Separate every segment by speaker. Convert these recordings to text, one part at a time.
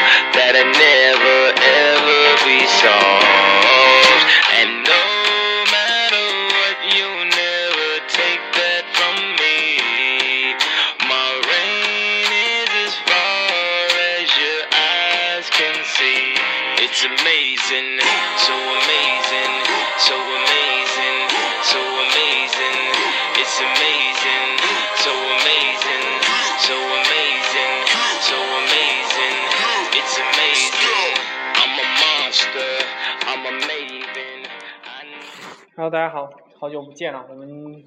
Speaker 1: could never ever be solved. And no matter what, you'll never take that from me. My rain is as far as your eyes can see. It's amazing, so amazing, so amazing, so amazing. It's amazing, so amazing, so amazing, so amazing. It's amazing. I'm a monster. I'm a maven. I know.
Speaker 2: Hello，大家好，好久不见了，我们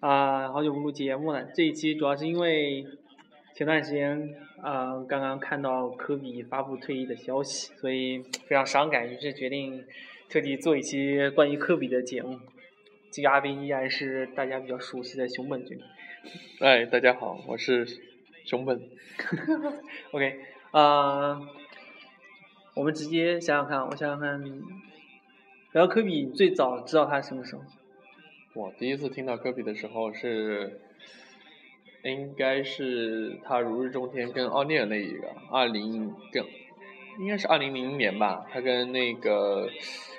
Speaker 2: 啊、好久不录节目了。这一期主要是因为前段时间呃刚刚看到科比发布退役的消息，所以非常伤感，于是决定特地做一期关于科比的节目。这个嘉宾依然是大家比较熟悉的熊本君。
Speaker 3: 哎，大家好，我是熊本。
Speaker 2: OK，呃，我们直接想想看，我想想看，聊科比你最早知道他什么时候？
Speaker 3: 我第一次听到科比的时候是，应该是他如日中天跟奥尼尔那一个，二零跟应该是二零零一年吧，他跟那个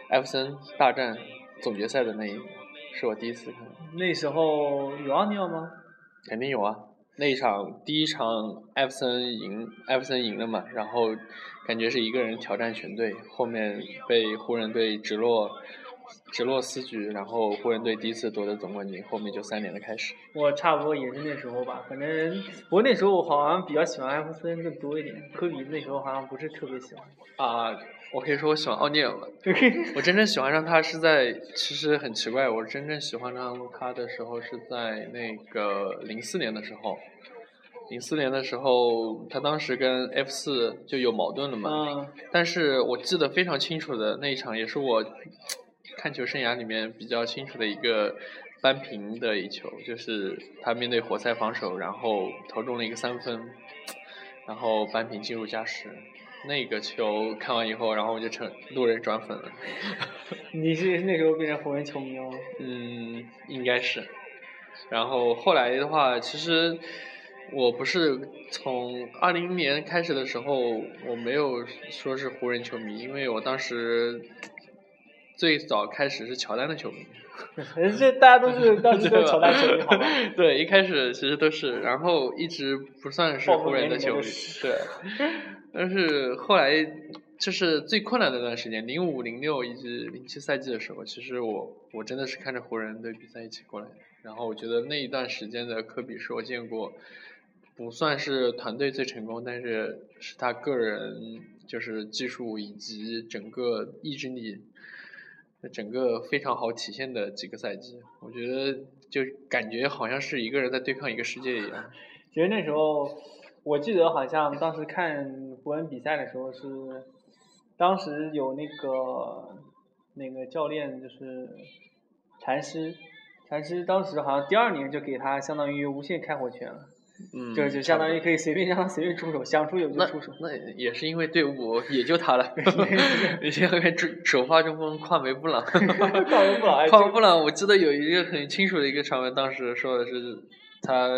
Speaker 3: 艾弗森大战总决赛的那一个，是我第一次看的，
Speaker 2: 那时候有奥尼尔吗？
Speaker 3: 肯定有啊。那一场第一场艾弗森赢，艾弗森赢了嘛，然后感觉是一个人挑战全队，后面被湖人队直落直落四局，然后湖人队第一次夺得总冠军，后面就三连的开始。
Speaker 2: 我差不多也是那时候吧，反正不过那时候我好像比较喜欢艾弗森更多一点，科比那时候好像不是特别喜欢。
Speaker 3: 啊、我可以说我喜欢奥尼尔吧。我真正喜欢上他是在，其实很奇怪，我真正喜欢上他的时候是在那个零四年的时候。零四年的时候，他当时跟 F 四就有矛盾了嘛。
Speaker 2: 嗯，
Speaker 3: 但是我记得非常清楚的那一场，也是我看球生涯里面比较清楚的一个扳平的一球，就是他面对活塞防守，然后投中了一个三分，然后扳平进入加时。那个球看完以后，然后我就成路人转粉了。
Speaker 2: 你是那时候变成湖人球迷了吗？
Speaker 3: 嗯，应该是。然后后来的话，其实我不是从二零年开始的时候，我没有说是湖人球迷，因为我当时最早开始是乔丹的球迷。
Speaker 2: 这大家都是当时都
Speaker 3: 对
Speaker 2: 是
Speaker 3: 吧
Speaker 2: 乔丹球迷好吧？
Speaker 3: 对，一开始其实都是，然后一直不算是
Speaker 2: 暴风
Speaker 3: 湖人
Speaker 2: 眼里
Speaker 3: 的
Speaker 2: 面
Speaker 3: 球
Speaker 2: 都
Speaker 3: 迷，
Speaker 2: 是
Speaker 3: 对。但是后来就是最困难的那段时间，零五、零六以及零七赛季的时候，其实我我真的是看着湖人队比赛一起过来的。然后我觉得那一段时间的科比是我见过，不算是团队最成功，但是是他个人就是技术以及整个意志力，整个非常好体现的几个赛季。我觉得就感觉好像是一个人在对抗一个世界一样。
Speaker 2: 其实那时候，我记得好像当时看湖人比赛的时候是，当时有那个那个教练就是禅师，禅师当时好像第二年就给他相当于无限开火权了，
Speaker 3: 嗯，
Speaker 2: 就就相当
Speaker 3: 于。
Speaker 2: 于可以随便让他随便出手，想出手就
Speaker 3: 那
Speaker 2: 出手。
Speaker 3: 那也是因为队伍也就他了， 你想想看，首首发中锋跨梅布 朗，
Speaker 2: 靠人不哎老爱
Speaker 3: 跨梅布朗，我记得有一个很清楚的一个传闻，当时说的是他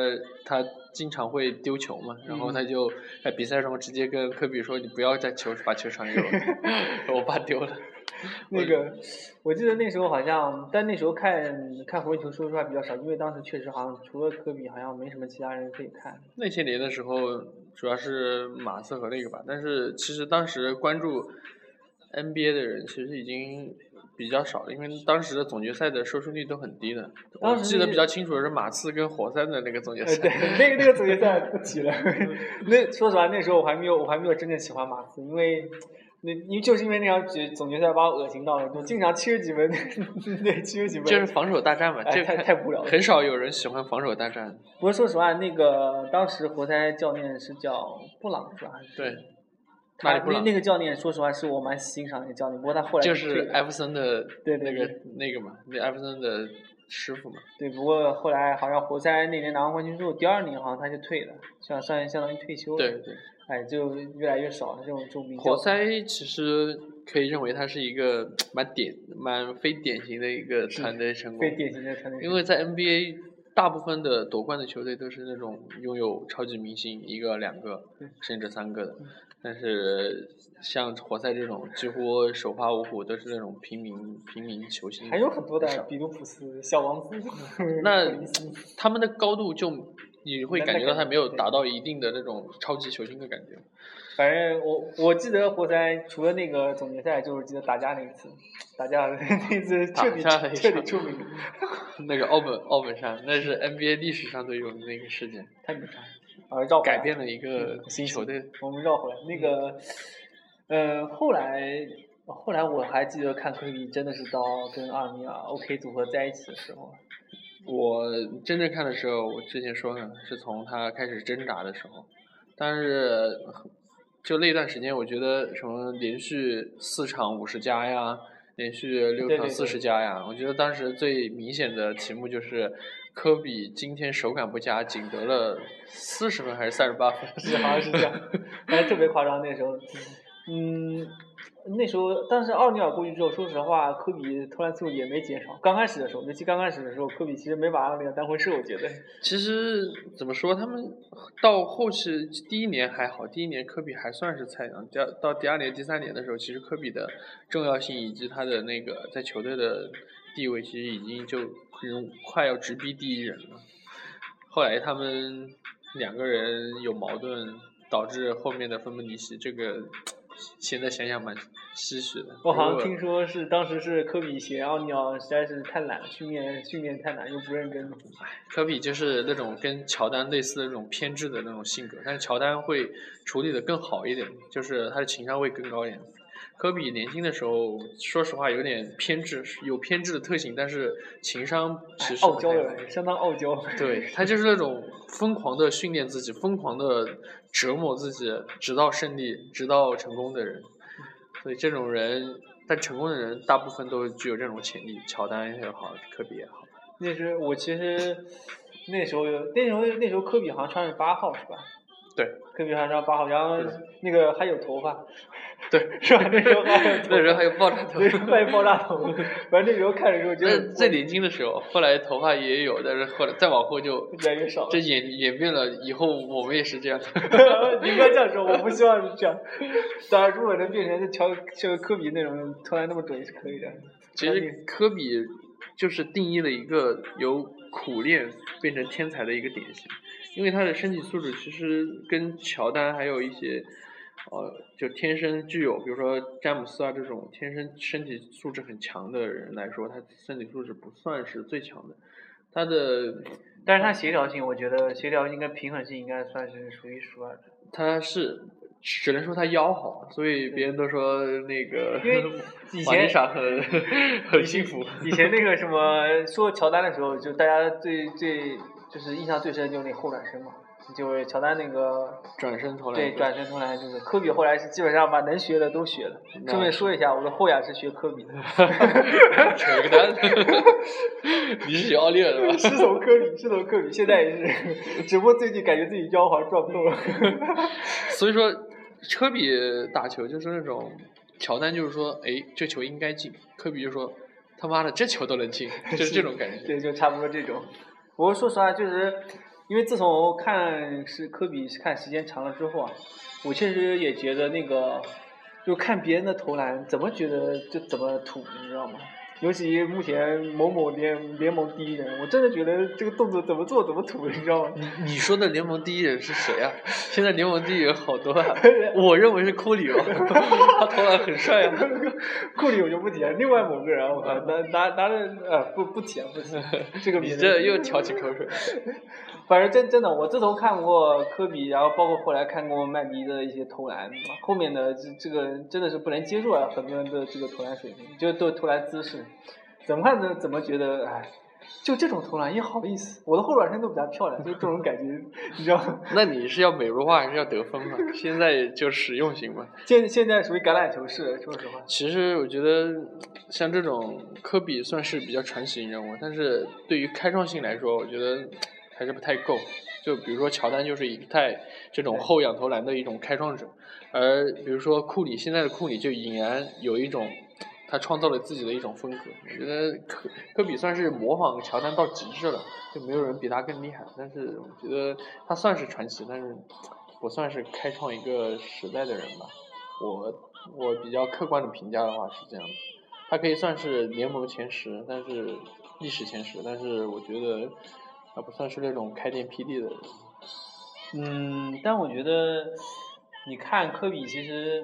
Speaker 3: 他经常会丢球嘛，然后
Speaker 2: 嗯
Speaker 3: 他就在比赛中直接跟科比说：“你不要再球把球传给 我，我怕丢了。
Speaker 2: 那个，我记得那时候好像，但那时候看看湖人球说实话比较少，因为当时确实好像除了科比，好像没什么其他人可以看。”
Speaker 3: 那些年的时候，主要是马刺和那个吧，但是其实当时关注 NBA 的人其实已经比较少了，因为当时的总决赛的收视率都很低的。我
Speaker 2: 当时
Speaker 3: 记得
Speaker 2: 是
Speaker 3: 比较清楚的是马刺跟活塞的那个总决
Speaker 2: 呃，对
Speaker 3: 赛。，
Speaker 2: 那个那个总决赛不提 了。那说实话，那时候我还没有，我还没有真正喜欢马刺，因为那因为就是因为那场决总决赛把我恶心到了，就经常七十几分， 对七十几分，
Speaker 3: 就是防守大战嘛，
Speaker 2: 哎
Speaker 3: 这
Speaker 2: 太太无聊了
Speaker 3: 很少有人喜欢防守大战。
Speaker 2: 不过说实话，那个当时活塞教练是叫布朗是吧？还是
Speaker 3: 对，
Speaker 2: 他
Speaker 3: 马里布
Speaker 2: 那
Speaker 3: 朗
Speaker 2: 那个教练，说实话是我蛮欣赏的一个教练，不过他后来
Speaker 3: 就
Speaker 2: 退
Speaker 3: 是哎
Speaker 2: 了
Speaker 3: 艾弗森的
Speaker 2: 对对
Speaker 3: 那个那个嘛，那艾弗森的师傅嘛。
Speaker 2: 对，不过后来好像活塞那年拿完冠军之后，第二年好像他就退了，像算相当于退休了。
Speaker 3: 对，对。
Speaker 2: 哎，就越来越少了这种这种名教
Speaker 3: 活
Speaker 2: 练
Speaker 3: 塞其实可以认为它是一个蛮典、蛮非典型的一个团队成功
Speaker 2: 非，典型的传统。
Speaker 3: 因为在 NBA 大部分的夺冠的球队都是那种拥有超级明星一个、两个
Speaker 2: 对
Speaker 3: 甚至三个的
Speaker 2: 嗯，
Speaker 3: 但是像活塞这种几乎首发五虎都是那种平民平民球星，
Speaker 2: 还有很多的，
Speaker 3: 很少，
Speaker 2: 比卢普斯、小王子
Speaker 3: 那
Speaker 2: 普林斯
Speaker 3: 他们的高度就你会
Speaker 2: 那
Speaker 3: 感
Speaker 2: 那
Speaker 3: 觉到
Speaker 2: 肯
Speaker 3: 他没有
Speaker 2: 定
Speaker 3: 达到一定的那种超级球星的感觉。
Speaker 2: 反正我我记得活塞除了那个总决赛，就是记得打架那一次，打架 那一次彻底
Speaker 3: 打架那一
Speaker 2: 彻
Speaker 3: 场
Speaker 2: 底出名，
Speaker 3: 那个奥本奥本山，那是 NBA 历史上都有的那个事件，
Speaker 2: 太牛叉了，啊绕回来
Speaker 3: 改变了一个
Speaker 2: 新
Speaker 3: 球队。
Speaker 2: 我们绕回来
Speaker 3: 嗯
Speaker 2: 那个，呃，后来后来我还记得看科比真的是到跟阿尔米尔 OK 组合在一起的时候，
Speaker 3: 我真正看的时候，我之前说呢，是从他开始挣扎的时候，但是就那段时间，我觉得什么连续四场五十加呀，连续六
Speaker 2: 对
Speaker 3: 场
Speaker 2: 对
Speaker 3: 四
Speaker 2: 对
Speaker 3: 十加呀，我觉得当时最明显的题目就是科比今天手感不佳，仅得了四十分还是三十八分？
Speaker 2: 是好像是这 样，反正特别夸张那时候，嗯。那时候，但是奥尼尔过去之后，说实话，科比投篮次数也没减少。刚开始的时候，尤其刚开始的时候，科比其实没把奥尼尔当回事，我觉得。
Speaker 3: 其实怎么说，他们到后期第一年还好，第一年科比还算是菜鸟，第二到第二年、第三年的时候，其实科比的重要性以及他的那个在球队的地位，其实已经就嗯快要直逼第一人了。后来他们两个人有矛盾，导致后面的分崩离析，这个现在想想蛮唏嘘的。
Speaker 2: 我好像
Speaker 3: 如果
Speaker 2: 听说是当时是科比嫌奥尼尔实在是太懒了，训练训练太难又不认真。
Speaker 3: 科比就是那种跟乔丹类似的那种偏执的那种性格，但是乔丹会处理的更好一点，就是他的情商会更高一点。科比年轻的时候，说实话有点偏执，有偏执的特性，但是情商其实
Speaker 2: 哎傲
Speaker 3: 不
Speaker 2: 娇
Speaker 3: 太
Speaker 2: 的
Speaker 3: 好
Speaker 2: 人，相当傲娇。
Speaker 3: 对他就是那种疯狂的训练自己，疯狂的折磨自己，直到胜利，直到成功的人。所以这种人，但成功的人大部分都具有这种潜力，乔丹也好，科比也好。
Speaker 2: 那时我其实那时候有那时候那时候科比好像穿着八号是吧？
Speaker 3: 对，
Speaker 2: 科比好像穿八号，然后
Speaker 3: 是的
Speaker 2: 那个还有头发，
Speaker 3: 对，
Speaker 2: 是吧？那时候还有头发，
Speaker 3: 那时候还有爆炸头，
Speaker 2: 那时候还有爆炸头，反正那时候看的时候觉
Speaker 3: 那
Speaker 2: 得
Speaker 3: 最年轻的时候，后来头发也有，但是后来再往后就
Speaker 2: 越来越少了
Speaker 3: 这。演演变了，以后我们也是这样的。
Speaker 2: 你不要这样说，我不希望是这样。当然，如果能变成乔像科比那种投篮那么准也是可以的。
Speaker 3: 其实科比就是定义了一个由苦练变成天才的一个典型，因为他的身体素质其实跟乔丹还有一些。呃，就天生具有，比如说詹姆斯啊这种天生身体素质很强的人来说，他身体素质不算是最强的，他的
Speaker 2: 但是它协调性，我觉得协调性跟平衡性应该算是数一数二的。
Speaker 3: 他是只能说他腰好，所以别人都说那个
Speaker 2: 因 为以
Speaker 3: 玛丽
Speaker 2: 前
Speaker 3: 莎 很很幸福。
Speaker 2: 以前那个什么说乔丹的时候，就大家最最就是印象最深的就是那后转身嘛，就是乔丹那个
Speaker 3: 转身投篮，
Speaker 2: 对转身投篮，就是科比后来是基本上把能学的都学了。
Speaker 3: 那
Speaker 2: 顺便说一下，我的后仰是学科比的，
Speaker 3: 扯 个蛋。你是学奥利尔的吧？
Speaker 2: 是从科比，是从科比，现在也是，只不过最近感觉自己腰好像转不动了。
Speaker 3: 所以说，科比打球就是那种乔丹就是说，哎，这球应该进，科比就说他妈的这球都能进，就是这种感觉。
Speaker 2: 对，就差不多这种。我说实话，就是因为自从看是科比看时间长了之后啊，我确实也觉得那个，就看别人的投篮，怎么觉得就怎么土，你知道吗？尤其目前某某联联盟第一人，我真的觉得这个动作怎么做怎么土，你知道吗？
Speaker 3: 你说的联盟第一人是谁啊？现在联盟第一人好多啊，我认为是库里哦， 他投篮很帅啊。
Speaker 2: 库里我就不提了，另外某个人啊，我拿拿拿着呃不不提了不 提了，这个名
Speaker 3: 你
Speaker 2: 字
Speaker 3: 这又挑起口水。
Speaker 2: 反正真真的，我自从看过科比，然后包括后来看过麦迪的一些投篮，后面的这这个真的是不能接受啊，很多人的这个投篮水平，就都投篮姿势，怎么看都怎么觉得哎，就这种投篮也好意思，我的后转身都比较漂亮，就这种感觉，你知道 吗？
Speaker 3: 那你是要美如画还是要得分嘛？现在就实用型嘛。
Speaker 2: 现现在属于橄榄球式，说实话，
Speaker 3: 其实我觉得，像这种科比算是比较传奇人物，但是对于开创性来说，我觉得还是不太够。就比如说乔丹就是以太这种
Speaker 2: 对
Speaker 3: 后仰投篮的一种开创者，而比如说库里现在的库里就已然有一种他创造了自己的一种风格。我觉得科科比算是模仿乔丹到极致了，就没有人比他更厉害。但是我觉得他算是传奇，但是我算是开创一个时代的人吧。我我比较客观的评价的话是这样的，他可以算是联盟前十，但是历史前十，但是我觉得他不算是那种开天辟地的人。
Speaker 2: 嗯，但我觉得，你看科比，其实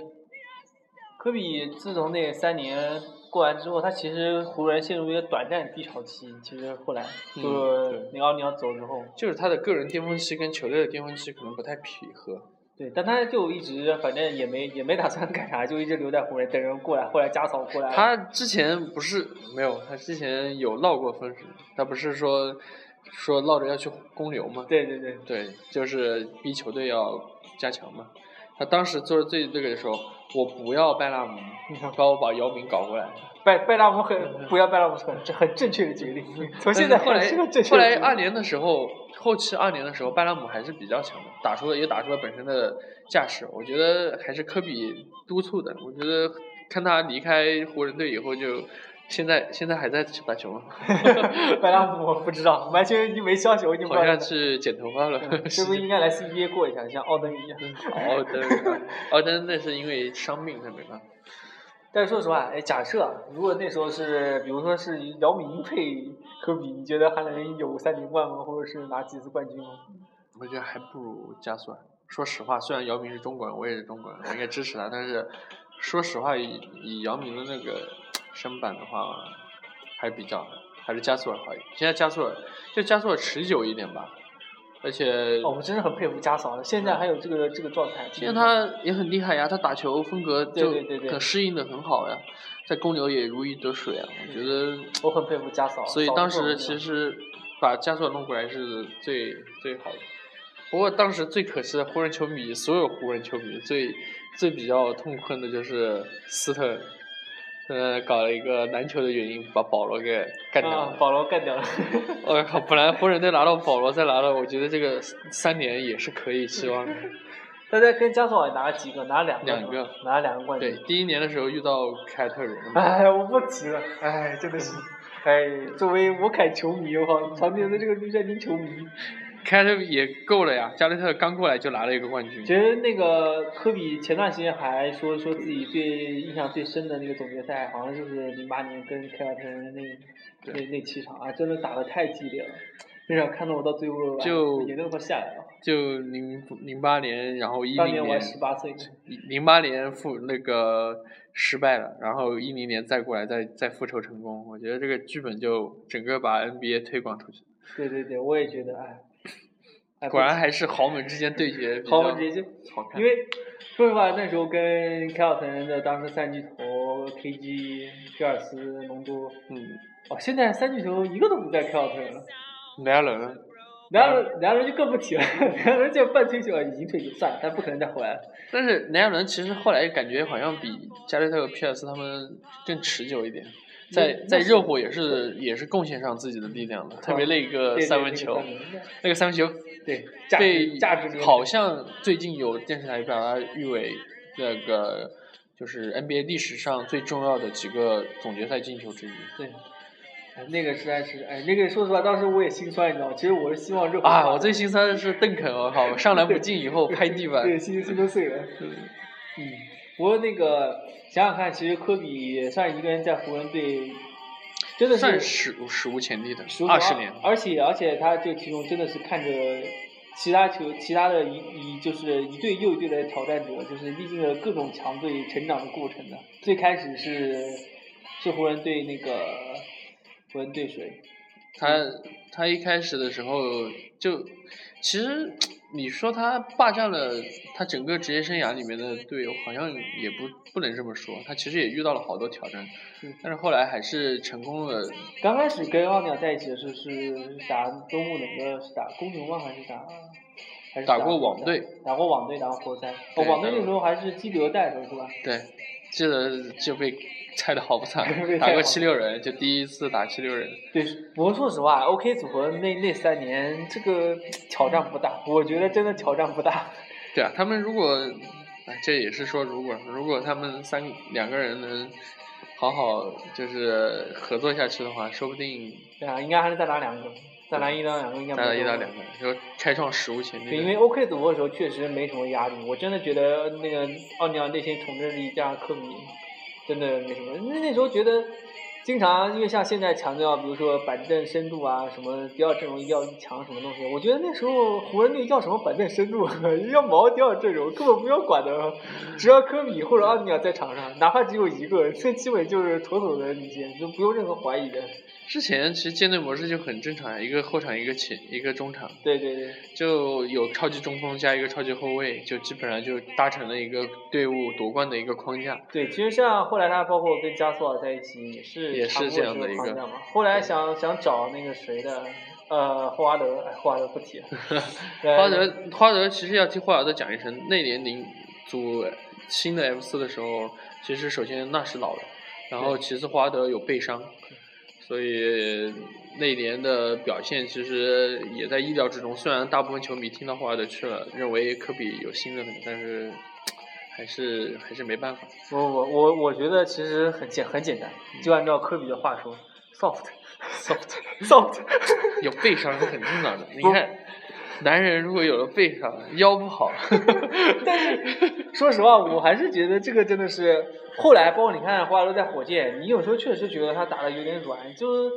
Speaker 2: 科比自从那三年过完之后，他其实湖人陷入一个短暂的低潮期。其实后来
Speaker 3: 嗯
Speaker 2: 就是
Speaker 3: 对
Speaker 2: 里奥尼奥走之后，
Speaker 3: 就是他的个人巅峰期跟球队的巅峰期可能不太匹合。
Speaker 2: 对，但他就一直反正也没也没打算干啥，就一直留在湖人等人过来，后来加草过来了。
Speaker 3: 他之前不是没有，他之前有闹过分手，他不是说说闹着要去公牛吗？
Speaker 2: 对对对，
Speaker 3: 对，就是逼球队要加强嘛。他当时做最这个的时候，我不要拜纳姆，帮我把姚明搞过来。
Speaker 2: 拜拜拉姆很不要拜拉姆是很这很正确的决定，从
Speaker 3: 但
Speaker 2: 现
Speaker 3: 是
Speaker 2: 在
Speaker 3: 嗯后
Speaker 2: 看是 个正
Speaker 3: 来
Speaker 2: 确
Speaker 3: 呃后
Speaker 2: 的
Speaker 3: 来
Speaker 2: 决定
Speaker 3: 二年的时候，后期二年的时候，拜拉姆还是比较强的，打出了也打出了本身的架势。我觉得还是科比督促的。我觉得看他离开湖人队以后就。现在现在还在打球吗？
Speaker 2: 拜拉姆我不知道，完全已经没消息，我已经不知
Speaker 3: 好
Speaker 2: 道
Speaker 3: 像
Speaker 2: 他
Speaker 3: 去剪头发了，
Speaker 2: 嗯 是不是应该来 CBA 过一下，像奥登一样？
Speaker 3: 奥登啊，奥登那是因为伤病，那没办法。
Speaker 2: 但是说实话，哎，假设啊如果那时候是，比如说是姚明配科比，你觉得还能有三连冠吗？或者是拿几次冠军吗？
Speaker 3: 我觉得还不如加索尔。说实话，虽然姚明是中国人，我也是中国人，我应该支持他，但是说实话，以以姚明的那个身板的话，还是比较还是加索尔好一点。现在加索尔就加索尔持久一点吧，而且
Speaker 2: 哦，我真是很佩服加嫂，现在还有这个这个状态。嗯
Speaker 3: 现在他也很厉害呀，他打球风格就
Speaker 2: 对对对对
Speaker 3: 很适应的很好呀，在公牛也如鱼得水啊，我觉得。
Speaker 2: 我很佩服加嫂。
Speaker 3: 所以
Speaker 2: 嫂子
Speaker 3: 当
Speaker 2: 做得
Speaker 3: 时
Speaker 2: 很好
Speaker 3: 其实把加索尔弄过来是最最好的。不过当时最可惜的湖人球迷，所有湖人球迷最最比较痛恨的就是斯特恩，呃，搞了一个篮球的原因把保罗给干掉
Speaker 2: 啊
Speaker 3: 了。
Speaker 2: 保罗干掉了。
Speaker 3: 我、靠！本来湖人队拿到保罗，再拿到，我觉得这个三年也是可以期望的。
Speaker 2: 大家跟加嫂拿了几个？拿了两个。
Speaker 3: 两个。
Speaker 2: 拿了两个冠
Speaker 3: 对
Speaker 2: 军。，
Speaker 3: 第一年的时候遇到凯特人嘛，
Speaker 2: 哎，我不提了。哎，真的是。哎，作为我凯球迷，我靠，常年的这个绿战军球迷，
Speaker 3: 凯特也够了呀。加内特刚过来就拿了一个冠军。
Speaker 2: 其实那个科比前段时间还说说自己最印象最深的那个总决赛，好像就是零八年跟凯尔特人那那
Speaker 3: 对
Speaker 2: 那七场啊，真的打的太激烈了，那场看得我到最后
Speaker 3: 就
Speaker 2: 眼泪都快下来了。
Speaker 3: 就零零八年，然后一
Speaker 2: 当
Speaker 3: 零
Speaker 2: 年我
Speaker 3: 年
Speaker 2: 还，十八岁呢，
Speaker 3: 零八年复那个失败了，然后一零年再过来再再复仇成功，我觉得这个剧本就整个把 NBA 推广出去。
Speaker 2: 对对对，我也觉得哎，哎
Speaker 3: 果然还是豪门之间对决比较
Speaker 2: 毫无直接，
Speaker 3: 好看
Speaker 2: 因。为说实话那时候跟凯尔特人的当时三巨头 KG、皮尔斯、隆多，
Speaker 3: 嗯，
Speaker 2: 哦，现在三巨头一个都不在凯尔特人了。
Speaker 3: 莱伦
Speaker 2: 梁伦，梁伦就更不提了， 梁伦就半退休了，已经退休，算了，他不可能再回来了。
Speaker 3: 但是莱伦其实后来感觉好像比加内特和皮尔斯他们更持久一点，在
Speaker 2: 嗯
Speaker 3: 在
Speaker 2: 那是啊
Speaker 3: 热火也是也是贡献上自己的力量的，特别那个
Speaker 2: 对
Speaker 3: 呃三分球，
Speaker 2: 对对
Speaker 3: 那个三分球
Speaker 2: 对价值
Speaker 3: 被
Speaker 2: 价值连
Speaker 3: 好像最近有电视台把它誉为那个就是 NBA 历史上最重要的几个总决赛进球之一。
Speaker 2: 对，哎那个实在是，哎，那个说实话，当时我也心酸，你知道吗，其实我是希望热火
Speaker 3: 啊，我最心酸的是邓肯，我靠，上篮不进以后拍地板。
Speaker 2: 对心心都碎了。
Speaker 3: 嗯
Speaker 2: 嗯，不过那个想想看，其实科比算一个人在湖人队，真的是
Speaker 3: 算史无史无前例的
Speaker 2: 数，
Speaker 3: 二十年。
Speaker 2: 而且而且他这个其中真的是看着其他球其他的一一就是一队又一队的挑战者，就是历经了各种强队成长的过程的。最开始是是湖人队那个湖人队谁？
Speaker 3: 他他一开始的时候就，其实你说他霸占了他整个职业生涯里面的队友，好像也不不能这么说。他其实也遇到了好多挑战
Speaker 2: 嗯，
Speaker 3: 但是后来还是成功了。
Speaker 2: 刚开始跟奥尼尔在一起的时候是打东部哪个？是打公牛吗？还是打？还是
Speaker 3: 打过网队？
Speaker 2: 打过网队，打过活塞。哦，
Speaker 3: 对
Speaker 2: 网队
Speaker 3: 打
Speaker 2: 那
Speaker 3: 过
Speaker 2: 时候还是基德带的是吧？
Speaker 3: 对，记得就被菜的好不
Speaker 2: 被
Speaker 3: 惨，
Speaker 2: 菜
Speaker 3: 打
Speaker 2: 得好
Speaker 3: 过七六人，就第一次打七六人。
Speaker 2: 对，不过说实话，OK 组合那那三年这个挑战不大，我觉得真的挑战不大。
Speaker 3: 对啊，他们如果，哎这也是说如果如果他们三两个人能好好就是合作下去的话，说不定
Speaker 2: 对啊，应该还是再拿两个。再来一到两个应该
Speaker 3: 带了
Speaker 2: 没
Speaker 3: 一
Speaker 2: 什
Speaker 3: 到
Speaker 2: 么
Speaker 3: 两个，就开创食物潜力的。
Speaker 2: 对，因为 OK 走过的时候确实没什么压力，我真的觉得那个奥尼尔内心统治力加科比真的没什么。那那时候觉得，经常因为像现在强调，比如说板凳深度啊，什么第二阵容一定要强什么东西，我觉得那时候湖人队要什么板凳深度， 要毛第二阵容根本不用管的，只要科比或者奥尼尔在场上，哪怕只有一个，这基本就是妥妥的领先，就不用任何怀疑的。
Speaker 3: 之前其实舰队模式就很正常，一个后场一个前一个中场，
Speaker 2: 对对对，
Speaker 3: 就有超级中锋加一个超级后卫，就基本上就搭成了一个队伍夺冠的一个框架。
Speaker 2: 对，其实像后来他包括跟加索尔在一起也是
Speaker 3: 也
Speaker 2: 差不多
Speaker 3: 是这样
Speaker 2: 个
Speaker 3: 的一
Speaker 2: 框
Speaker 3: 个
Speaker 2: 架嘛。后来
Speaker 3: 对
Speaker 2: 想想找那个谁的，呃，霍华德，哎，霍华德不 提了。对
Speaker 3: 花德花德其实要替霍华德讲一声，那年零组新的 F 四的时候，其实首先纳什老了，然后其次霍华德有背伤，所以那年的表现其实也在意料之中。虽然大部分球迷听到霍华德去了，认为科比有新的那个，但是还是还是没办法。
Speaker 2: 我我我我觉得其实很简很简单，就按照科比的话说，soft soft soft，
Speaker 3: 有背伤是很正常的。你
Speaker 2: 不
Speaker 3: 看，男人如果有了背伤，腰不 好，
Speaker 2: 说实话，我还是觉得这个真的是后来，包括你看花都在火箭，你有时候确实觉得他打的有点软，就是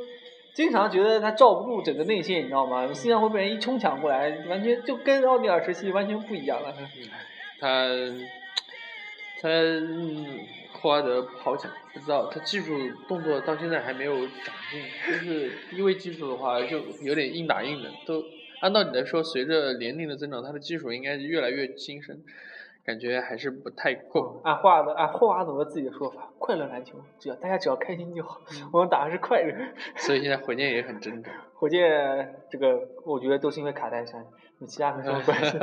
Speaker 2: 经常觉得他罩不住整个内线，你知道吗？经常会被人一冲抢过来，完全就跟奥尼尔时期完全不一样了。
Speaker 3: 他他嗯霍华德不好讲，不知道他技术动作到现在还没有长进，就是低位技术的话就有点硬打硬的。都按道理来说，随着年龄的增长，他的技术应该是越来越精深，感觉还是不太够。
Speaker 2: 按霍华德，按霍华德自己的说法，快乐篮球，只要大家只要开心就好。我们打的是快乐。
Speaker 3: 所以现在火箭也很挣扎。
Speaker 2: 火箭这个，我觉得都是因为卡戴珊，与其他没什么关系。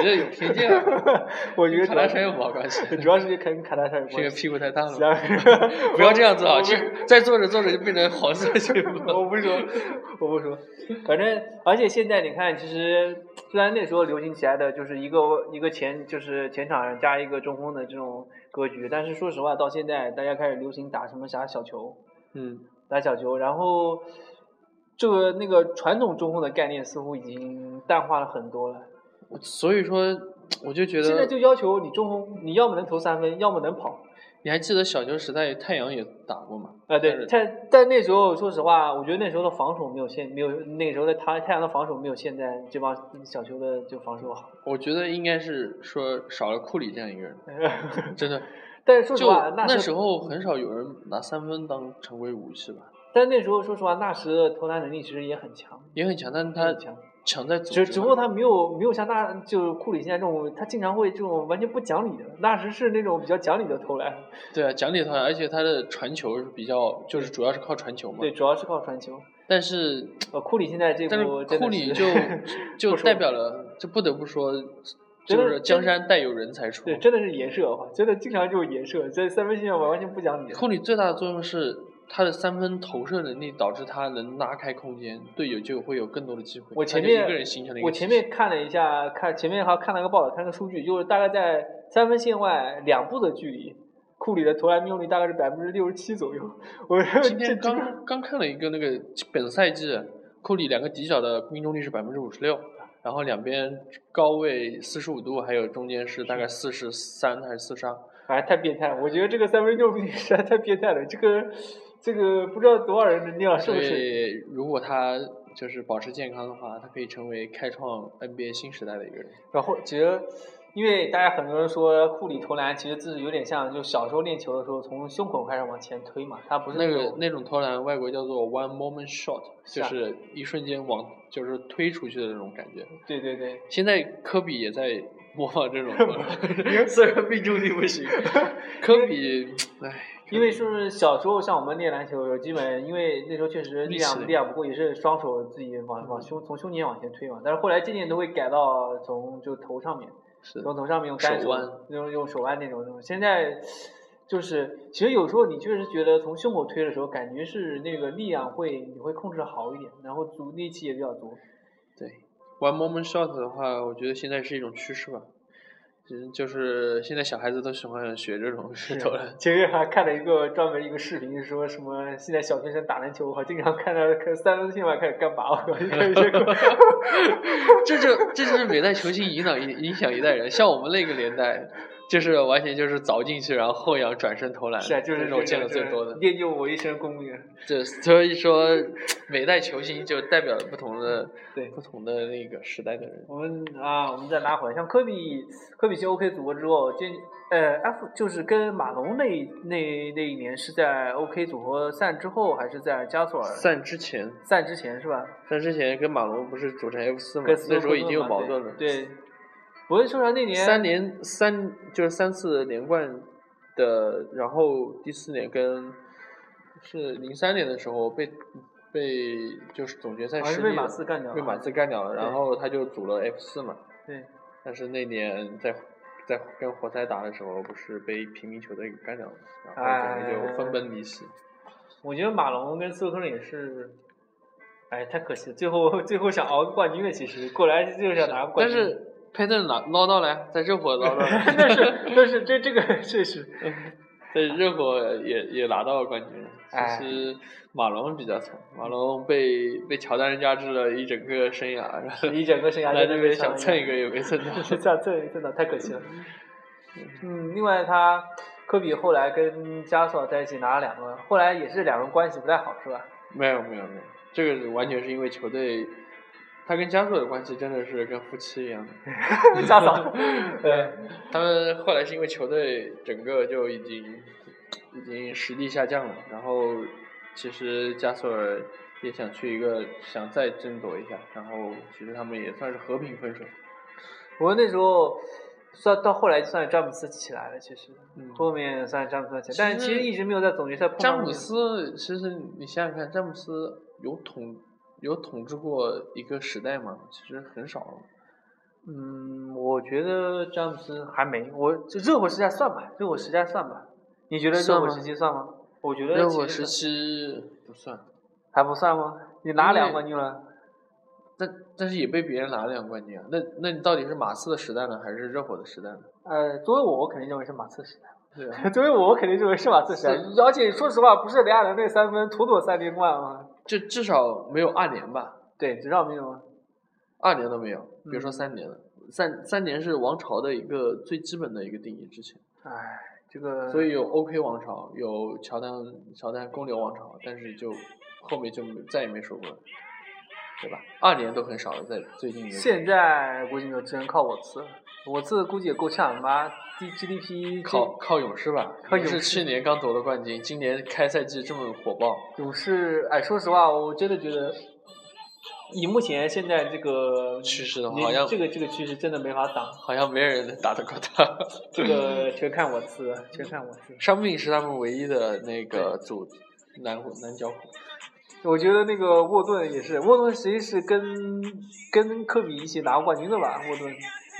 Speaker 3: 你这有偏见啊！
Speaker 2: 我觉得
Speaker 3: 卡
Speaker 2: 主
Speaker 3: 戴
Speaker 2: 要
Speaker 3: 珊有毛关系
Speaker 2: 主要是跟卡戴珊有
Speaker 3: 是因为
Speaker 2: 关系。
Speaker 3: 屁股太大了
Speaker 2: 其
Speaker 3: 吗。
Speaker 2: 他
Speaker 3: 不要这样子啊！
Speaker 2: 我
Speaker 3: 就再坐着坐着就变成黄色 去
Speaker 2: 我
Speaker 3: 了。
Speaker 2: 不说，我不说，反正而且现在你看，其实虽然那时候流行起来的就是一个一个前就是前场加一个中锋的这种格局，但是说实话，到现在大家开始流行打什么啥小球，
Speaker 3: 嗯，
Speaker 2: 打小球，然后这个那个传统中锋的概念似乎已经淡化了很多了。
Speaker 3: 所以说我就觉
Speaker 2: 现在
Speaker 3: 得，
Speaker 2: 就要求你中锋，你要么能投三分，要么能跑，
Speaker 3: 你还记得小球时代太阳也打过吗？
Speaker 2: 啊，对，
Speaker 3: 是
Speaker 2: 但但那时候说实话，我觉得那时候的防守没有现没有那时候的太太阳的防守没有现在这帮小球的就防守好。
Speaker 3: 我觉得应该是说少了库里这样一个人，真的。
Speaker 2: 但是说实
Speaker 3: 就
Speaker 2: 话，纳
Speaker 3: 那
Speaker 2: 什
Speaker 3: 时，候很少有人拿三分当常规武器吧，
Speaker 2: 但那时候说实话，纳什的投篮能力其实也很强，
Speaker 3: 也很强，但是他
Speaker 2: 很强。
Speaker 3: 强在组织
Speaker 2: 只
Speaker 3: 嘛。
Speaker 2: 只不过他没有没有像纳就是库里现在这种，他经常会这种完全不讲理的。纳什是那种比较讲理的投篮，
Speaker 3: 对啊，讲理投篮，而且他的传球是比较，就是主要是靠传球嘛。
Speaker 2: 对，。主要是靠传球。
Speaker 3: 但是
Speaker 2: 呃，库里现在这
Speaker 3: 但
Speaker 2: 波
Speaker 3: 是
Speaker 2: 真
Speaker 3: 库
Speaker 2: 的
Speaker 3: 里
Speaker 2: 是
Speaker 3: 就就
Speaker 2: 不说
Speaker 3: 代
Speaker 2: 了
Speaker 3: 表了，就不得不说，
Speaker 2: 真
Speaker 3: 就
Speaker 2: 的
Speaker 3: 是
Speaker 2: 真
Speaker 3: 江
Speaker 2: 的
Speaker 3: 山代有人才出。
Speaker 2: 对，真的是颜射，真的经常就是颜射，在三分线上完全不讲理。
Speaker 3: 库里最大的作用是他的三分投射能力，导致他能拉开空间，队友就会有更多的机会。
Speaker 2: 我前
Speaker 3: 他就
Speaker 2: 面
Speaker 3: 一个人形成了一个
Speaker 2: 我前面看了一下，看前面还看了个报道，看个数据，就是大概在三分线外两步的距离，库里的投篮命中率大概是百分之六十七左右。我
Speaker 3: 体系。
Speaker 2: 这
Speaker 3: 今天
Speaker 2: 这个
Speaker 3: 刚刚看了一个那个本赛季库里两个底角的命中率是百分之五十六，然后两边高位四十五度，还有中间是大概四十三还是四十二。
Speaker 2: 反正哎太变态了，我觉得这个三分命中率实在太变态了，这个这个不知道多少人能那样受
Speaker 3: 所
Speaker 2: 水。
Speaker 3: 以如果他就是保持健康的话，他可以成为开创 NBA 新时代的一个人。
Speaker 2: 然后其实。因为大家很多人说库里投篮，其实自己有点像，就小时候练球的时候，从胸口开始往前推嘛，他不是
Speaker 3: 那个
Speaker 2: 种
Speaker 3: 那种投篮，外国叫做 one moment shot，
Speaker 2: 是
Speaker 3: 就
Speaker 2: 啊
Speaker 3: 是一瞬间往就是推出去的那种感觉。
Speaker 2: 对对对，
Speaker 3: 现在科比也在模仿这种 投篮，虽然命中率不行，科 比，唉，
Speaker 2: 因为是小时候像我们练篮球的时候，基本因为那时候确实力量力量不够，也是双手自己往往胸从胸前往前推嘛。但是后来渐渐都会改到从就头上面，
Speaker 3: 是
Speaker 2: 从头上面用单
Speaker 3: 手
Speaker 2: 手
Speaker 3: 腕
Speaker 2: 用用手腕那种那种。现在就是其实有时候你确实觉得从胸口推的时候，感觉是那个力量会你会控制好一点，然后足力气也比较足。
Speaker 3: 对 one moment shot 的话，我觉得现在是一种趋势吧。嗯，就是现在小孩子都喜欢学这种石头了。
Speaker 2: 前面还看了一个专门一个视频，说什么现在小学生打篮球，我经常看到看三分线外开始干嘛，我看这 个
Speaker 3: 这就这就是每代球星影响一影响一代人，像我们那个年代，就是完全就是凿进去，然后后仰转身投篮，
Speaker 2: 是啊，就是
Speaker 3: 这种见的最多的。
Speaker 2: 练就我一身功力。
Speaker 3: 对，所以说每代球星就代表了不同的
Speaker 2: 对
Speaker 3: 不同的那个时代的人。
Speaker 2: 我们啊，我们再拉回来，像科比，科比去 OK 组过之后，就呃 F 就是跟马龙那一那那一年是在 OK 组合散之后，还是在加索尔
Speaker 3: 散之前，
Speaker 2: 散之前是吧？
Speaker 3: 散之前跟马龙不是组成 F 四嘛
Speaker 2: 跟，斯
Speaker 3: 嗯那
Speaker 2: 诺
Speaker 3: 时候
Speaker 2: 克
Speaker 3: 已经有
Speaker 2: 顿嘛
Speaker 3: 矛盾了。
Speaker 2: 对，对我会说啥那年
Speaker 3: 三连三就是三次连冠的，然后第四年跟是零三年的时候被被就是总决赛
Speaker 2: 好像
Speaker 3: 失
Speaker 2: 是
Speaker 3: 利
Speaker 2: 被
Speaker 3: 了，
Speaker 2: 马刺干掉了。
Speaker 3: 被马刺干掉了，然
Speaker 2: 对
Speaker 3: 后他就组了 F 四嘛，
Speaker 2: 对，
Speaker 3: 但是那年在在跟活塞打的时候，不是被平民球队给干掉了，然后整个就分崩离析。
Speaker 2: 我觉得马龙跟斯科特也是，哎，太可惜了，最后 最后想熬个冠军了，其实过来就是想拿个冠
Speaker 3: 但
Speaker 2: 军。
Speaker 3: 是佩顿拿捞到了呀，在热火捞到 了，
Speaker 2: 但是但是这这个确实，
Speaker 3: 在热火也也拿到了冠军了。
Speaker 2: 哎
Speaker 3: 其实马龙比较惨，马龙被被乔丹压制了一整个生涯，然后
Speaker 2: 你整个生涯
Speaker 3: 来
Speaker 2: 就
Speaker 3: 这
Speaker 2: 是
Speaker 3: 边
Speaker 2: 像
Speaker 3: 想蹭一个也没蹭到。
Speaker 2: 想蹭 真的太可惜了。嗯，另外他科比后来跟加索尔在一起拿了两个，后来也是两人关系不太好，是吧？
Speaker 3: 没有没有没有，这个是完全是因为球队，他跟加索的关系真的是跟夫妻一样的。
Speaker 2: 加索 尔，对
Speaker 3: 对，他们后来是因为球队整个就已经已经实力下降了，然后其实加索尔也想去一个想再争夺一下，然后其实他们也算是和平分手。
Speaker 2: 不过那时候算到后来就算詹姆斯起来了，其实
Speaker 3: 嗯
Speaker 2: 后面算詹姆斯起来，
Speaker 3: 其
Speaker 2: 但是其
Speaker 3: 实
Speaker 2: 实一直没有在总决赛碰到
Speaker 3: 詹姆
Speaker 2: 面
Speaker 3: 斯，其实你想想看，詹姆斯有统有统治过一个时代吗？其实很少了。
Speaker 2: 嗯，我觉得詹姆斯还没，我就热火时代算吧，热火时代算吧。你觉得热
Speaker 3: 算
Speaker 2: 火
Speaker 3: 吗
Speaker 2: 时期算吗？我觉得
Speaker 3: 热
Speaker 2: 其
Speaker 3: 火
Speaker 2: 实算
Speaker 3: 时期不算，
Speaker 2: 还不算吗？你拿
Speaker 3: 因
Speaker 2: 两
Speaker 3: 为
Speaker 2: 个冠军了，
Speaker 3: 但但是也被别人拿了两冠军啊。那那你到底是马刺的时代呢，还是热火的时代呢？
Speaker 2: 呃，作为我，我肯定认为是马刺时代。
Speaker 3: 对啊。
Speaker 2: 作为我，我肯定认为是马刺时代。而且说实话，不是雷亚伦那三分妥妥三连冠啊。
Speaker 3: 至至少没有二年吧，
Speaker 2: 对，知道没有啊吗？
Speaker 3: 二年都没有，别说
Speaker 2: 嗯
Speaker 3: 三年了。三三年是王朝的一个最基本的一个定义之前，
Speaker 2: 哎，这个
Speaker 3: 所以有 OK 王朝，有乔丹乔丹公牛王朝，但是就后面就没再也没说过了，对吧？二年都很少了，在最近的
Speaker 2: 现在估计就只能靠我刺了，我刺估计也够呛，妈 G GDP
Speaker 3: 靠靠勇士吧，
Speaker 2: 靠
Speaker 3: 勇
Speaker 2: 勇
Speaker 3: 士
Speaker 2: 士
Speaker 3: 去年刚夺了冠军，今年开赛季这么火爆，
Speaker 2: 勇士，哎，说实话，我真的觉得，以目前现在这个
Speaker 3: 趋势的话
Speaker 2: 你
Speaker 3: 好像
Speaker 2: 这个这个趋势真的没法 挡，
Speaker 3: 好像没人能打得过他。
Speaker 2: 这个全看我刺，全看我刺。
Speaker 3: 伤病是他们唯一的那个组男男角虎，
Speaker 2: 我觉得那个沃顿也是，沃顿实际是跟跟科比一起拿过冠军的吧？沃顿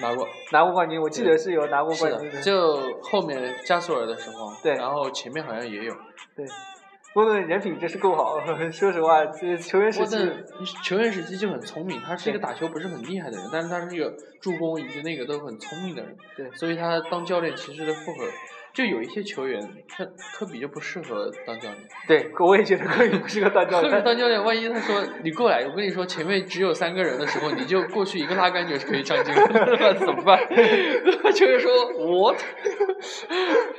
Speaker 3: 拿过。
Speaker 2: 拿过冠军，我记得是有拿过
Speaker 3: 是
Speaker 2: 冠军
Speaker 3: 的，就后面加索尔的时候，
Speaker 2: 对
Speaker 3: 然后前面好像也有。
Speaker 2: 对，沃顿人品真是够好， 说实话，这球员时
Speaker 3: 沃
Speaker 2: 期
Speaker 3: 顿球员时期就很聪明，他是一个
Speaker 2: 对
Speaker 3: 打球不是很厉害的人，但是他是一个助攻以及那个都很聪明的人，
Speaker 2: 对
Speaker 3: 所以他当教练其实的负荷，就有一些球员，像科比就不适合当教练。
Speaker 2: 对，我也觉得科比不是个 断教
Speaker 3: 科比
Speaker 2: 练。
Speaker 3: 当教练，万一他说你过来，我跟你说前面只有三个人的时候，你就过去一个拉杆就可以上进了， 那怎 么办？ 球员说 what？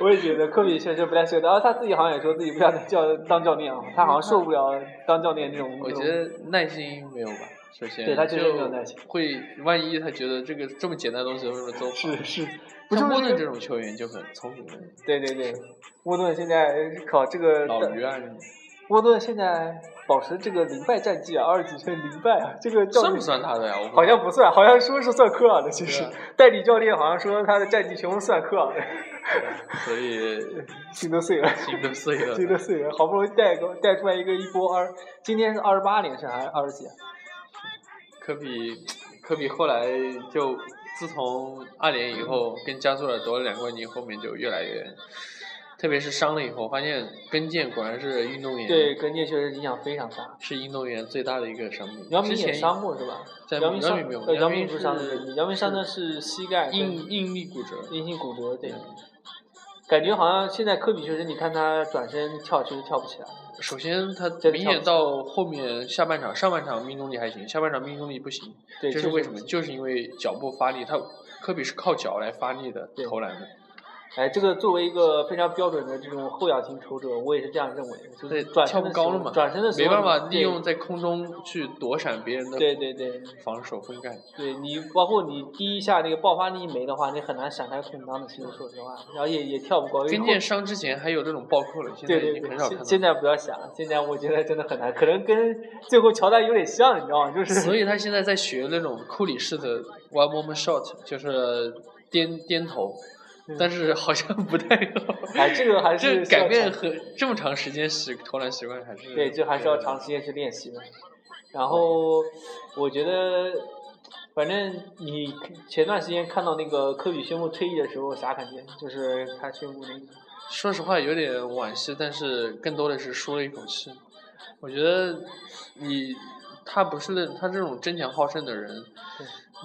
Speaker 2: 我也觉得科比确实不太适合，然后他自己好像也说自己不想当教当教练啊，他好像受不了当教练这种。
Speaker 3: 我觉
Speaker 2: 这种
Speaker 3: 得耐心没有吧，首先
Speaker 2: 对他确实
Speaker 3: 就
Speaker 2: 没有耐心
Speaker 3: 会万一他觉得这个这么简单的东西为什么都
Speaker 2: 是是，不是
Speaker 3: 像
Speaker 2: 不
Speaker 3: 波
Speaker 2: 是
Speaker 3: 顿这种球员就很聪明的人，
Speaker 2: 对对对，沃顿现在靠这个
Speaker 3: 老于啊，你
Speaker 2: 沃顿现在保持这个零败战绩啊，二十几胜零败啊，这个教
Speaker 3: 算
Speaker 2: 练
Speaker 3: 不算他的呀？我不
Speaker 2: 好
Speaker 3: 知道
Speaker 2: 像不算，好像说是算科尔的，其实、
Speaker 3: 对啊
Speaker 2: 代理教练好像说他的战绩全部算科尔的，
Speaker 3: 所以
Speaker 2: 心都碎了。
Speaker 3: 心都碎了。
Speaker 2: 心都碎了，好不容易带个带出来一个一波二，今天是二十八连胜还是二十几啊？
Speaker 3: 科比，科比后来就
Speaker 2: 嗯
Speaker 3: 自从二年以后跟加索尔夺了两冠军，后面就越来越特别是伤了以后，发现跟腱果然是运动员
Speaker 2: 对跟腱确实影响非常大。
Speaker 3: 是运动员最大的一个伤病。
Speaker 2: 姚明
Speaker 3: 之前
Speaker 2: 也伤过是吧？
Speaker 3: 在
Speaker 2: 姚明
Speaker 3: 姚
Speaker 2: 伤
Speaker 3: 明没有
Speaker 2: 呃
Speaker 3: 姚
Speaker 2: 姚
Speaker 3: 明
Speaker 2: 明不伤的
Speaker 3: 是
Speaker 2: 是，姚明伤的是膝盖跟
Speaker 3: 硬硬力骨折。
Speaker 2: 硬性骨折，对。感觉好像现在科比确实，你看他转身跳，确实跳不起来。
Speaker 3: 首先，他
Speaker 2: 这
Speaker 3: 明
Speaker 2: 跳
Speaker 3: 显
Speaker 2: 不
Speaker 3: 到后面下半场，上半场命中率还行，下半场命中率不行，
Speaker 2: 对，
Speaker 3: 这
Speaker 2: 确
Speaker 3: 是
Speaker 2: 实
Speaker 3: 为什么？？就是因为脚步发力，他科比是靠脚来发力的
Speaker 2: 对
Speaker 3: 投篮的。
Speaker 2: 哎，这个作为一个非常标准的这种后仰型投者，我也是这样认为。就
Speaker 3: 对
Speaker 2: 是，转
Speaker 3: 跳
Speaker 2: 身
Speaker 3: 不
Speaker 2: 的
Speaker 3: 高
Speaker 2: 时
Speaker 3: 了
Speaker 2: 候
Speaker 3: 嘛，
Speaker 2: 转身的时候
Speaker 3: 没办法
Speaker 2: 对
Speaker 3: 利用在空中去躲闪别人的
Speaker 2: 对对对
Speaker 3: 防守封盖。
Speaker 2: 对，你包括你第一下那个爆发力没的话，你很难闪开空当的。其实说实话，然后也也跳不高。因为
Speaker 3: 跟
Speaker 2: 后
Speaker 3: 腱伤之前还有这种暴扣了，现在
Speaker 2: 对对
Speaker 3: 已经
Speaker 2: 对
Speaker 3: 很，少看
Speaker 2: 现
Speaker 3: 到。
Speaker 2: 现在不要想，现在我觉得真的很难，可能跟最后乔丹有点像，你知道吗？就是
Speaker 3: 所以他现在在学那种库里式的 one moment shot，就是颠颠头，
Speaker 2: 嗯
Speaker 3: 但是好像不太好。
Speaker 2: 哎，这个还
Speaker 3: 这
Speaker 2: 是需要
Speaker 3: 改变
Speaker 2: 长
Speaker 3: 很这么长时间习投篮习惯还是
Speaker 2: 对，这还是要长时间去练习的。然后我觉得，反正你前段时间看到那个科比宣布退役的时候，啥感觉？就是他宣布那个，
Speaker 3: 说实话有点惋惜，但是更多的是舒了一口气。我觉得你他不是那他这种争强好胜的人，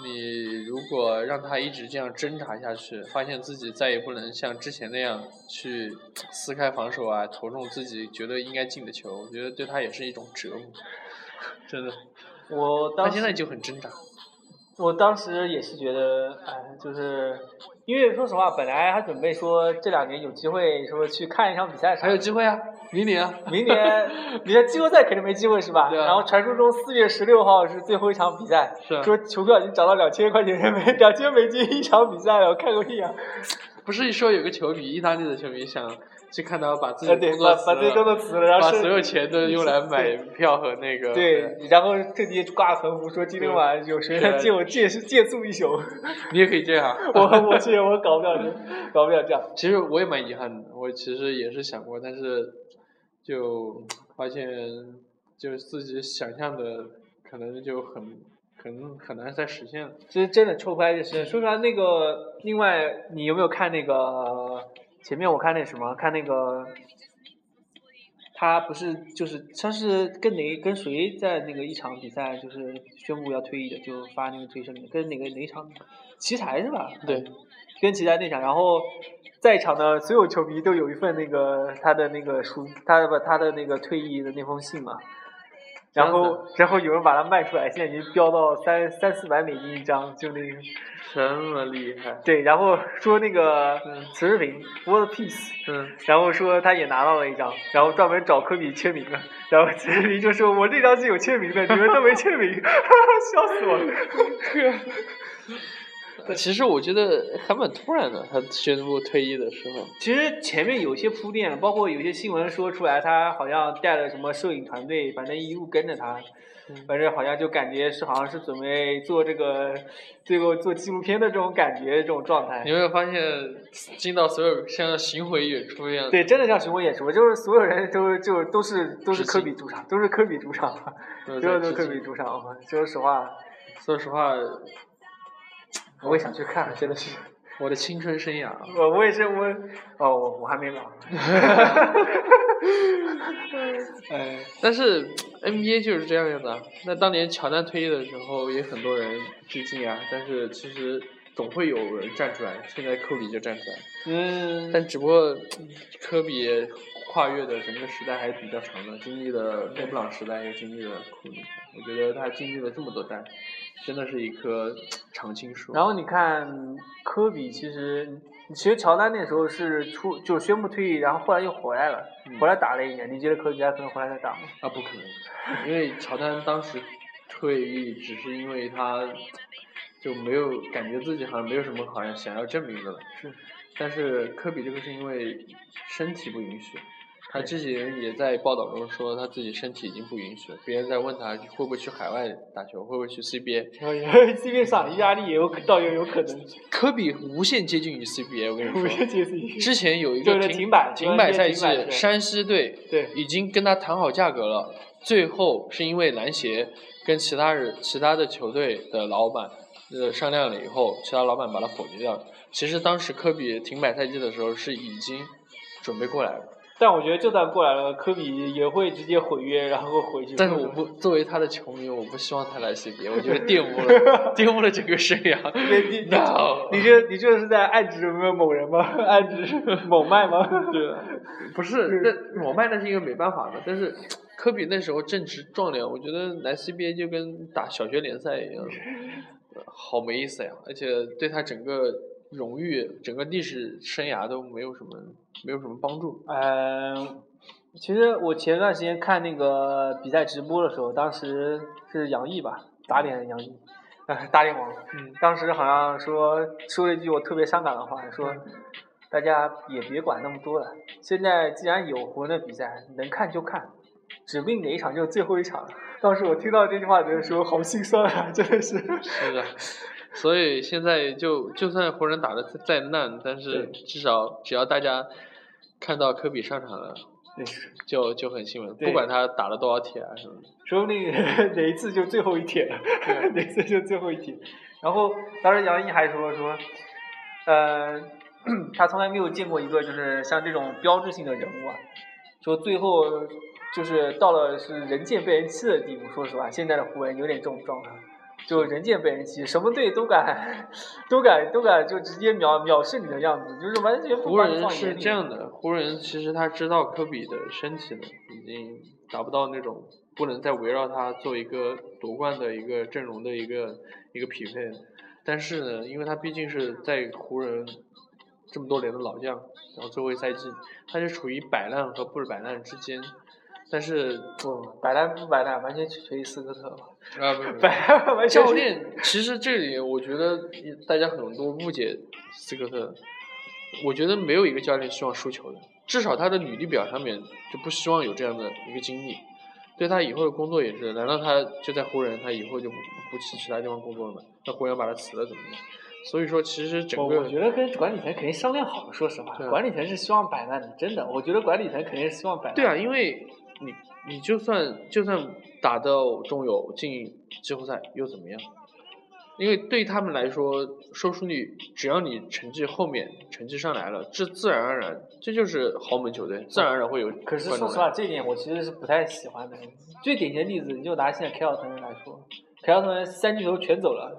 Speaker 3: 你如果让他一直这样挣扎下去，发现自己再也不能像之前那样去撕开防守啊，投中自己觉得应该进的球，我觉得对他也是一种折磨。真的，
Speaker 2: 我
Speaker 3: 他
Speaker 2: 当
Speaker 3: 现
Speaker 2: 时
Speaker 3: 在就很挣扎。
Speaker 2: 我当时也是觉得，哎，就是因为说实话，本来还准备说这两年有机会说去看一场比赛啥的，
Speaker 3: 还有机会啊，明年啊。
Speaker 2: 明年明年季后赛肯定没机会是吧？
Speaker 3: 对啊
Speaker 2: 然后传说中四月十六号是最后一场比赛，
Speaker 3: 是啊
Speaker 2: 说球票已经涨到两千块钱每 两千美金一场比赛了，我看个屁啊！
Speaker 3: 不是说有个球迷，意大利的球迷想去看到把自己
Speaker 2: 啊
Speaker 3: 的
Speaker 2: 对
Speaker 3: 嗯工，作
Speaker 2: 把
Speaker 3: 辞
Speaker 2: 把自己
Speaker 3: 了
Speaker 2: 工作辞了，然后
Speaker 3: 把
Speaker 2: 是
Speaker 3: 所有钱都用来买
Speaker 2: 对
Speaker 3: 票和那个
Speaker 2: 对，然后特地挂横幅说今天晚上有谁来借我借借宿一宿，
Speaker 3: 你也可以这 样。
Speaker 2: 我我去我搞不了这搞不了这样。
Speaker 3: 其实我也蛮遗憾的，我其实也是想过，但是就发现就是自己想象的可能就很可能很难再实现了。
Speaker 2: 其实真的抽不开这事。说出来那个，另外你有没有看那个？前面我看那什么，看那个，他不是就是他是跟哪跟谁在那个一场比赛就是宣布要退役的，就发那个推声明，跟哪个哪一场？奇才是吧？
Speaker 3: 对，
Speaker 2: 跟奇才那场，然后在场的所有球迷都有一份那个他的那个书，他的他的那个退役的那封信嘛。然后，然后有人把它卖出来，现在已经飙到三三四百美金一张，就那个
Speaker 3: 这么厉害，
Speaker 2: 对，然后说那个
Speaker 3: 嗯
Speaker 2: 损失品 World Peace，
Speaker 3: 嗯，
Speaker 2: 然后说他也拿到了一张，然后专门找科比签名了，然后孙志平就说：“我这张是有签名的，你们都没签名，笑死我了。
Speaker 3: 其实我觉得还蛮突然的，他宣布退役的时候”。
Speaker 2: 其实前面有些铺垫，包括有些新闻说出来，他好像带了什么摄影团队，反正一路跟着他，反正好像就感觉是好像是准备做这个最后做纪录片的这种感觉，这种状态
Speaker 3: 你。有没有发现，进到所有像巡回演出一样？
Speaker 2: 对，真的像巡回演出，就是所有人都就都是都是
Speaker 3: 致
Speaker 2: 科
Speaker 3: 敬
Speaker 2: 比主场，都是科比主场。
Speaker 3: 都
Speaker 2: 这
Speaker 3: 在
Speaker 2: 都
Speaker 3: 致
Speaker 2: 科
Speaker 3: 敬
Speaker 2: 比主场嘛，说实话，
Speaker 3: 说实话，
Speaker 2: 我也想去看，真的是。
Speaker 3: 我的青春生涯啊，
Speaker 2: 我我也是我，哦，我我还没 老。哎，
Speaker 3: 但是嗯 NBA 就是这样的啊。那当年乔丹退役的时候，也很多人致敬啊，但是其实总会有人站出来。现在科比就站出来了，
Speaker 2: 嗯，
Speaker 3: 但只不过嗯科比跨越的整个时代还比较长的，经历了勒布朗时代，又经历了库里。我觉得他经历了这么多代，真的是一棵嗯常青树。
Speaker 2: 然后你看科比，其实其实乔丹那时候是出就宣布退役，然后后来又回来了，
Speaker 3: 嗯
Speaker 2: 回来打了一年。你觉得科比还可能回来再打吗？
Speaker 3: 啊，不可能，因为乔丹当时退役只是因为他就没有感觉自己好像没有什么好像想要证明的了。
Speaker 2: 是。
Speaker 3: 但是科比这个是因为身体不允许，他
Speaker 2: 对
Speaker 3: 之前也在报道中说他自己身体已经不允许了。别人在问他会不会去海外打球，会不会去 CBA，
Speaker 2: 这边上意大利也有可倒也有可能，
Speaker 3: 科比无限接近于 CBA。我跟
Speaker 2: 我
Speaker 3: 你
Speaker 2: 也
Speaker 3: 说，
Speaker 2: 觉得
Speaker 3: 之前有一
Speaker 2: 就
Speaker 3: 个
Speaker 2: 是
Speaker 3: 停
Speaker 2: 停摆
Speaker 3: 停摆赛
Speaker 2: 停摆
Speaker 3: 季，
Speaker 2: 对
Speaker 3: 山西队
Speaker 2: 对
Speaker 3: 已经跟他谈好价格了，最后是因为篮协跟其他人、其他的球队的老板呃商量了以后，其他老板把他否决掉了。其实当时科比停摆赛季的时候是已经准备过来了。
Speaker 2: 但我觉得就算过来了，科比也会直接毁约，然后回去。
Speaker 3: 但是我 不作为他的球迷，我不希望他来 CBA，我觉得玷污了 玷污了整个生涯。
Speaker 2: 你你 你
Speaker 3: No
Speaker 2: 你这你这是在暗指某人吗？ 暗指某麦吗？
Speaker 3: 对啊，不
Speaker 2: 嗯
Speaker 3: 是，那我卖那是一个没办法的，但是科比那时候正值壮年，我觉得来 CBA 就跟打小学联赛 一样，呃好没意思呀！而且对他整个荣誉、整个历史生涯都没有什么没有什么帮助。
Speaker 2: 嗯，其实我前段时间看那个比赛直播的时候，当时是杨毅吧，打脸杨毅，呃，打脸王。
Speaker 3: 嗯，
Speaker 2: 当时好像说说了一句我特别伤感的话，说大家也别管那么多了，现在既然有活人的比赛，能看就看，指定哪一场就是最后一场。当时我听到这句话的时候，好心酸啊，真的是。
Speaker 3: 是的。 所以现在就就算湖人打的再烂，但是
Speaker 2: 对
Speaker 3: 至少只要大家看到科比上场了，就就很兴奋，不
Speaker 2: 对
Speaker 3: 管他打了多少铁啊什么的。
Speaker 2: 说不定 哪一次就最后一天了， 哪一次就最后一天。然后当时杨毅还说说，呃， 他从来没有见过一个就是像这种标志性的人物啊，说最后就是到了是人见被人欺的地步。说实话，现在的湖人有点这种状态，就人见被人欺，什么队都敢 都敢都敢就直接藐藐视你的样子，就是完全不
Speaker 3: 湖
Speaker 2: 把你
Speaker 3: 人
Speaker 2: 放眼
Speaker 3: 是
Speaker 2: 里
Speaker 3: 这样的，湖人其实他知道科比的身体呢，已经达不到那种不能再围绕他做一个夺冠的一个阵容的一个一个匹配，但是呢，因为他毕竟是在湖人这么多年的老将，然后最后一赛季他是处于摆烂和不摆烂之间，但是
Speaker 2: 不摆烂不摆烂，完全取决于斯科 特了。
Speaker 3: 啊不是不是
Speaker 2: 摆烂 完全
Speaker 3: 教
Speaker 2: 是
Speaker 3: 练，其实这里我觉得大家很多误解斯科特，我觉得没有一个教练希望输球的，至少他的履历表上面就不希望有这样的一个经历。对他以后的工作也是，难道他就在湖人，他以后就不不去其他地方工作了吗？那湖人把他辞了怎么办？所以说，其实整
Speaker 2: 我
Speaker 3: 个
Speaker 2: 我觉得跟管理层肯定商量好了，说实话，
Speaker 3: 对啊
Speaker 2: 管理层是希望摆烂的，真的，我觉得管理层肯定是希望摆烂。
Speaker 3: 对啊，，因为你你就算就算打到中游进季后赛又怎么样？因为对他们来说，收视率只要你成绩后面成绩上来了，这自然而然这就是豪门球队，自然而然会有。
Speaker 2: 可是说实，话，这一点我其实是不太喜欢的。最典型的例子，你就拿现在凯尔特人来说，凯尔特人三巨头全走了，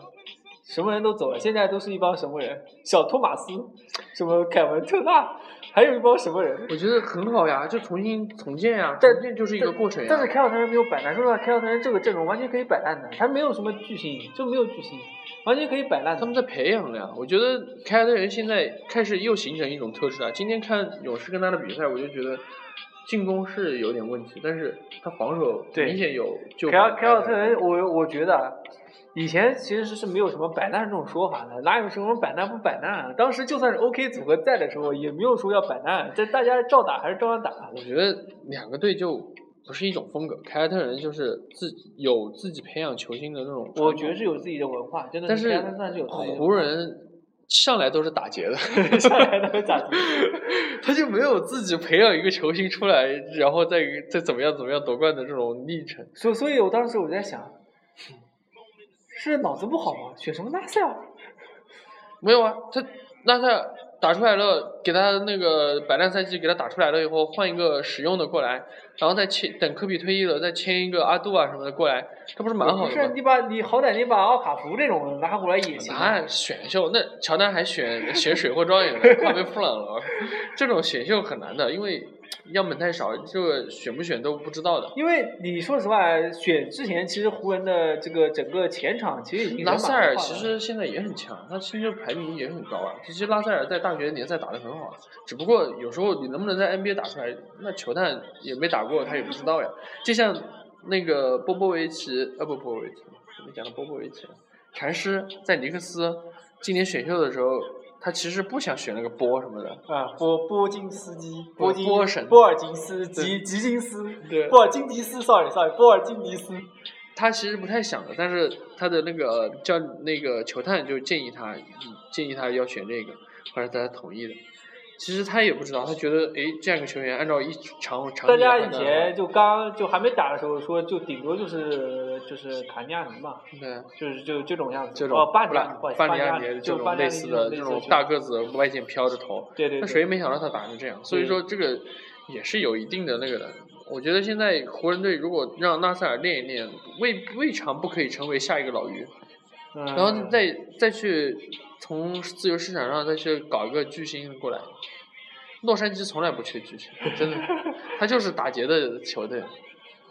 Speaker 2: 什么人都走了，现在都是一帮什么人？小托马斯，什么凯文特纳，还有一帮什么人？
Speaker 3: 我觉得很好呀，就重新重建呀，
Speaker 2: 但
Speaker 3: 重建就是一个过程呀。
Speaker 2: 但是凯尔特人没有摆烂，说实话，凯尔特人这个阵容完全可以摆烂的，他没有什么巨星，就没有巨星，完全可以摆烂的。
Speaker 3: 他们在培养了呀。我觉得凯尔特人现在开始又形成一种特质了。今天看勇士跟他的比赛，我就觉得进攻是有点问题，但是他防守
Speaker 2: 对
Speaker 3: 明显有救。
Speaker 2: 凯尔凯尔特人，我我觉得啊以前其实是没有什么摆烂这种说法的，哪有什么摆烂不摆烂啊？当时就算是 OK 组合在的时候，也没有说要摆烂，这大家照打还是照样打。
Speaker 3: 我觉得两个队就不是一种风格。凯尔特人就是自有自己培养球星的那种传统，
Speaker 2: 我觉得是有自己的文化，真的
Speaker 3: 但
Speaker 2: 是
Speaker 3: 是
Speaker 2: 凯尔
Speaker 3: 哦
Speaker 2: 特人算是有自己的文化
Speaker 3: 湖人上来都是打劫 的，
Speaker 2: 下来都是打击。
Speaker 3: 他就没有自己培养一个球星出来，然后再再怎么样怎么样夺冠的这种历程。
Speaker 2: 所所以，我当时我在想，是脑子不好吗？选什么拉啊塞尔？
Speaker 3: 没有啊，他那他打出来了，给他那个摆烂赛季给他打出来了以后，换一个实用的过来，然后再签等科比退役了，再签一个阿杜啊什么的过来，这不是蛮
Speaker 2: 不
Speaker 3: 好的
Speaker 2: 是
Speaker 3: 吗？
Speaker 2: 你把你好歹你把奥卡福这种拿过来也行啊。
Speaker 3: 那选秀，那乔丹还选选水货状元呢， 跨为弗朗了，这种选秀很难的，因为样本太少，这个选不选都不知道的。
Speaker 2: 因为你说实话，选之前其实湖人的这个整个前场其实已经
Speaker 3: 拉
Speaker 2: 人
Speaker 3: 塞
Speaker 2: 满为
Speaker 3: 尔
Speaker 2: 患
Speaker 3: 其
Speaker 2: 了
Speaker 3: 实现在也很强，他新秀排名也很高啊。其实拉塞尔在大学联赛打得很好，啊只不过有时候你能不能在 NBA 打出来，那球探也没打过，他也不知道呀。就像那个波波维奇，呃，不波波维奇，怎么讲的波波维奇？禅师在尼克斯今年选秀的时候，他其实不想选那个波什么的，
Speaker 2: 啊，波波金斯基、波金、
Speaker 3: 波神
Speaker 2: 波尔津斯
Speaker 3: 对
Speaker 2: 吉、吉金斯、
Speaker 3: 对
Speaker 2: 波尔津吉斯，sorry sorry，波尔津吉斯。
Speaker 3: 他其实不太想的，但是他的那个教嗯那个球探就建议他，建议他要选这个，后来大家同意的。其实他也不知道，他觉得诶，这样一个球员按照一场场
Speaker 2: 大
Speaker 3: 比的
Speaker 2: 家
Speaker 3: 判
Speaker 2: 以
Speaker 3: 断
Speaker 2: 前就刚就还没打的时候说，就顶多就是就是卡尼亚尼嘛，
Speaker 3: 对
Speaker 2: 就是就这种样子。
Speaker 3: 这种
Speaker 2: 哦，巴尼
Speaker 3: 布
Speaker 2: 亚
Speaker 3: 拉
Speaker 2: 尼，不好意思
Speaker 3: 巴
Speaker 2: 巴
Speaker 3: 尼
Speaker 2: 亚
Speaker 3: 亚
Speaker 2: 尼
Speaker 3: 尼这
Speaker 2: 就
Speaker 3: 种
Speaker 2: 巴尼亚
Speaker 3: 类
Speaker 2: 尼
Speaker 3: 似
Speaker 2: 这种
Speaker 3: 的这
Speaker 2: 类
Speaker 3: 种
Speaker 2: 似的
Speaker 3: 大个子外线飘着头，
Speaker 2: 对对
Speaker 3: 那
Speaker 2: 对，
Speaker 3: 谁没想到他打成这样？所以
Speaker 2: 对
Speaker 3: 说这个也是有一定的那个的。我觉得现在湖人队如果让纳塞尔练一练，未未尝不可以成为下一个老于，
Speaker 2: 嗯
Speaker 3: 然后再再去从自由市场上再去搞一个巨星过来。洛杉矶从来不缺巨星，真的，他就是打劫的球队，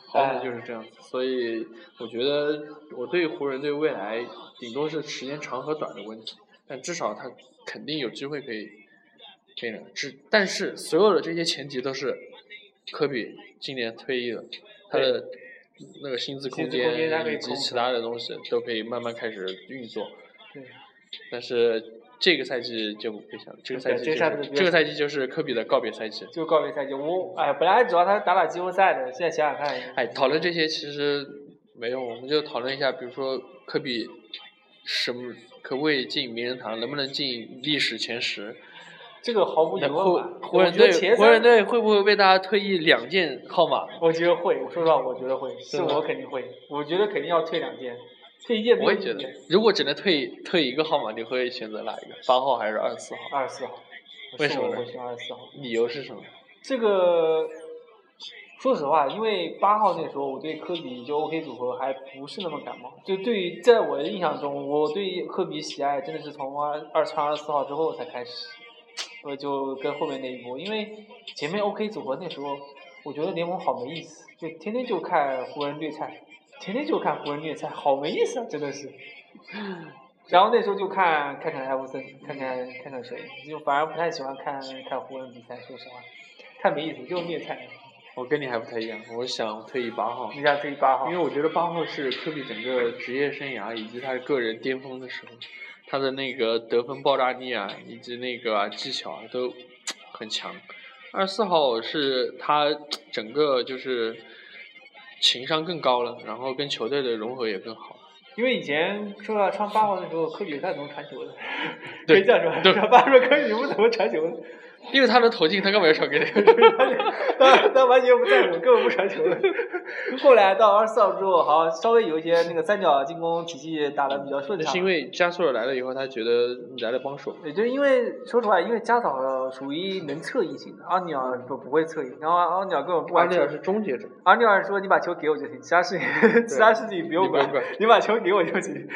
Speaker 3: 豪门就是这样子。所以我觉得我对湖人队未来顶多是时间长和短的问题，但至少他肯定有机会可以，可以了。只但是所有的这些前提都是科比今年退役了，他的那个薪资
Speaker 2: 薪
Speaker 3: 空
Speaker 2: 资空间他可以
Speaker 3: 间以
Speaker 2: 控
Speaker 3: 及
Speaker 2: 制
Speaker 3: 其他的东西都可以慢慢开始运作。
Speaker 2: 对
Speaker 3: 但是这个赛季就不想，这个赛季、
Speaker 2: 对
Speaker 3: 就
Speaker 2: 这个赛季
Speaker 3: 是
Speaker 2: 就、
Speaker 3: 这个赛季就是科比的告别赛季。
Speaker 2: 就告别赛季，我哎，本来主要他打打季后赛的，现在想想看，
Speaker 3: 哎，讨论这些其实没用，我们就讨论一下，比如说科比什么可不可以进名人堂，能不能进历史前十？
Speaker 2: 这个毫无疑
Speaker 3: 那
Speaker 2: 问
Speaker 3: 湖
Speaker 2: 吧。
Speaker 3: 湖
Speaker 2: 我
Speaker 3: 人
Speaker 2: 觉得
Speaker 3: 队
Speaker 2: 前
Speaker 3: 湖人
Speaker 2: 三，
Speaker 3: 队会不会被大家退役两件号码？
Speaker 2: 我觉得会，我说实话，我觉得会，是
Speaker 3: 吗
Speaker 2: 我肯定会，我觉得肯定要退两件，退一件比
Speaker 3: 我也
Speaker 2: 一
Speaker 3: 觉得
Speaker 2: 件，
Speaker 3: 如果只能退退一个号码，你会选择哪一个？八号还是二十四号？
Speaker 2: 二十四号，
Speaker 3: 为什么
Speaker 2: 我
Speaker 3: 呢
Speaker 2: 会选二十四号？
Speaker 3: 理由是什么？
Speaker 2: 这个说实话，因为八号那时候我对科比就 OK 组合还不是那么感冒，就对于在我的印象中，我对科比喜爱真的是从二二穿二十四号之后才开始，我就跟后面那一波，因为前面 OK 组合那时候，我觉得联盟好没意思，就天天就看湖人虐菜，天天就看湖人虐菜，好没意思啊，真的是。然后那时候就看看看艾弗森，看看看看谁，就反而不太喜欢看看湖人比赛，说实话。太没意思，就是虐菜。
Speaker 3: 我跟你还不太一样，我想退役八号。
Speaker 2: 你想这一八号
Speaker 3: 因为，我觉得八号是科比整个职业生涯以及他个人巅峰的时候，他的那个得分爆炸力啊，以及那个、啊、技巧啊都很强。二十四号是他整个就是情商更高了，然后跟球队的融合也更好。
Speaker 2: 因为以前说到穿八号的时候，科比不太怎么传球的，
Speaker 3: 对
Speaker 2: 可以这样说，
Speaker 3: 对
Speaker 2: 穿八号科比不怎么传球的，
Speaker 3: 因为他的投进，他干 嘛要传给你？
Speaker 2: 他他完全不在乎，根本不传球的。后来到二十四号之后，好像稍微有一些那个三角进攻体系打得比较顺畅。
Speaker 3: 是因为加索尔来了以后，他觉得你来了帮手。
Speaker 2: 也就是因为说实话，因为加草属于能侧翼型的，奥尼尔不不会侧翼，然后奥尼尔根本不
Speaker 3: 阿
Speaker 2: 管
Speaker 3: 内
Speaker 2: 侧
Speaker 3: 尔是终结者，
Speaker 2: 奥尼尔说：“你把球给我就行，其他事情其他事情不用
Speaker 3: 你不用
Speaker 2: 管
Speaker 3: 管，
Speaker 2: 你把球给我就行。”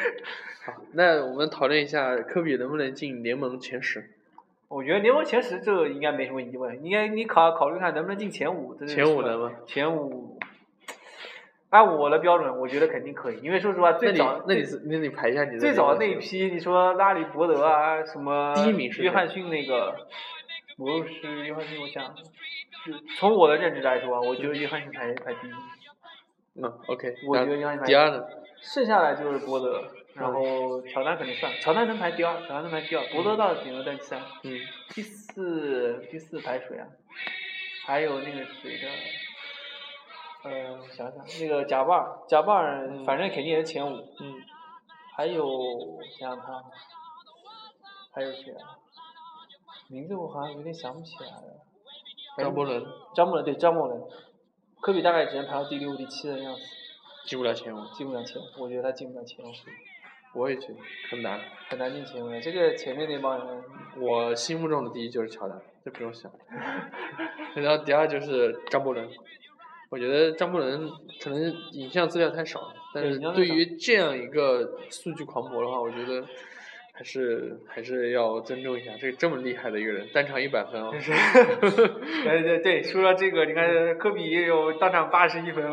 Speaker 3: 那我们讨论一下科比能不能进联盟前十？
Speaker 2: 我觉得联盟前十这个应该没什么疑问，应该你考考虑看能不能进前五。这是
Speaker 3: 前五能吗？
Speaker 2: 前五，按我的标准，我觉得肯定可以，因为说实话，
Speaker 3: 那
Speaker 2: 最
Speaker 3: 你
Speaker 2: 早
Speaker 3: 那你是那你排一下你的
Speaker 2: 最早
Speaker 3: 联盟
Speaker 2: 那一批，你说拉里伯德啊，什么
Speaker 3: 第一名是
Speaker 2: 约
Speaker 3: 谁
Speaker 2: 翰逊那个，我是约翰逊，我想，就从我的认知来说啊，我觉得约翰逊排排第一，
Speaker 3: 嗯，OK，
Speaker 2: 我
Speaker 3: 那
Speaker 2: 觉得应该是
Speaker 3: 第二呢？
Speaker 2: 剩下来就是伯德，然后乔丹肯定算，乔丹能排第二，乔丹能排第二，伯德到顶多在第三。
Speaker 3: 嗯，
Speaker 2: 第四第四排谁啊？还有那个谁的，呃，我想想那个贾巴尔，贾巴尔
Speaker 3: 嗯
Speaker 2: 反正肯定也是前五。
Speaker 3: 嗯。
Speaker 2: 还有想想看啊，还有谁啊？名字我好像有点想不起来了。反
Speaker 3: 张
Speaker 2: 正
Speaker 3: 伯伦
Speaker 2: 张伯伦对张伯伦，科比大概只能排到第六、第七的样子，
Speaker 3: 进不了前五，
Speaker 2: 进不了前，我觉得他进不了前五，
Speaker 3: 我也觉得很难。
Speaker 2: 很难进前五的。这个前面那帮人，
Speaker 3: 我心目中的第一就是乔丹，这不用想。 然后第二就是张伯伦，我觉得张伯伦可能影像资料太少了，但
Speaker 2: 对
Speaker 3: 是
Speaker 2: 影像太
Speaker 3: 对
Speaker 2: 少
Speaker 3: 于这样一个数据狂魔的话，我觉得还是还是要尊重一下这个这么厉害的一个人，单场一百分 哦。
Speaker 2: 对对对，说到这个，你看科比也有当场八十一分，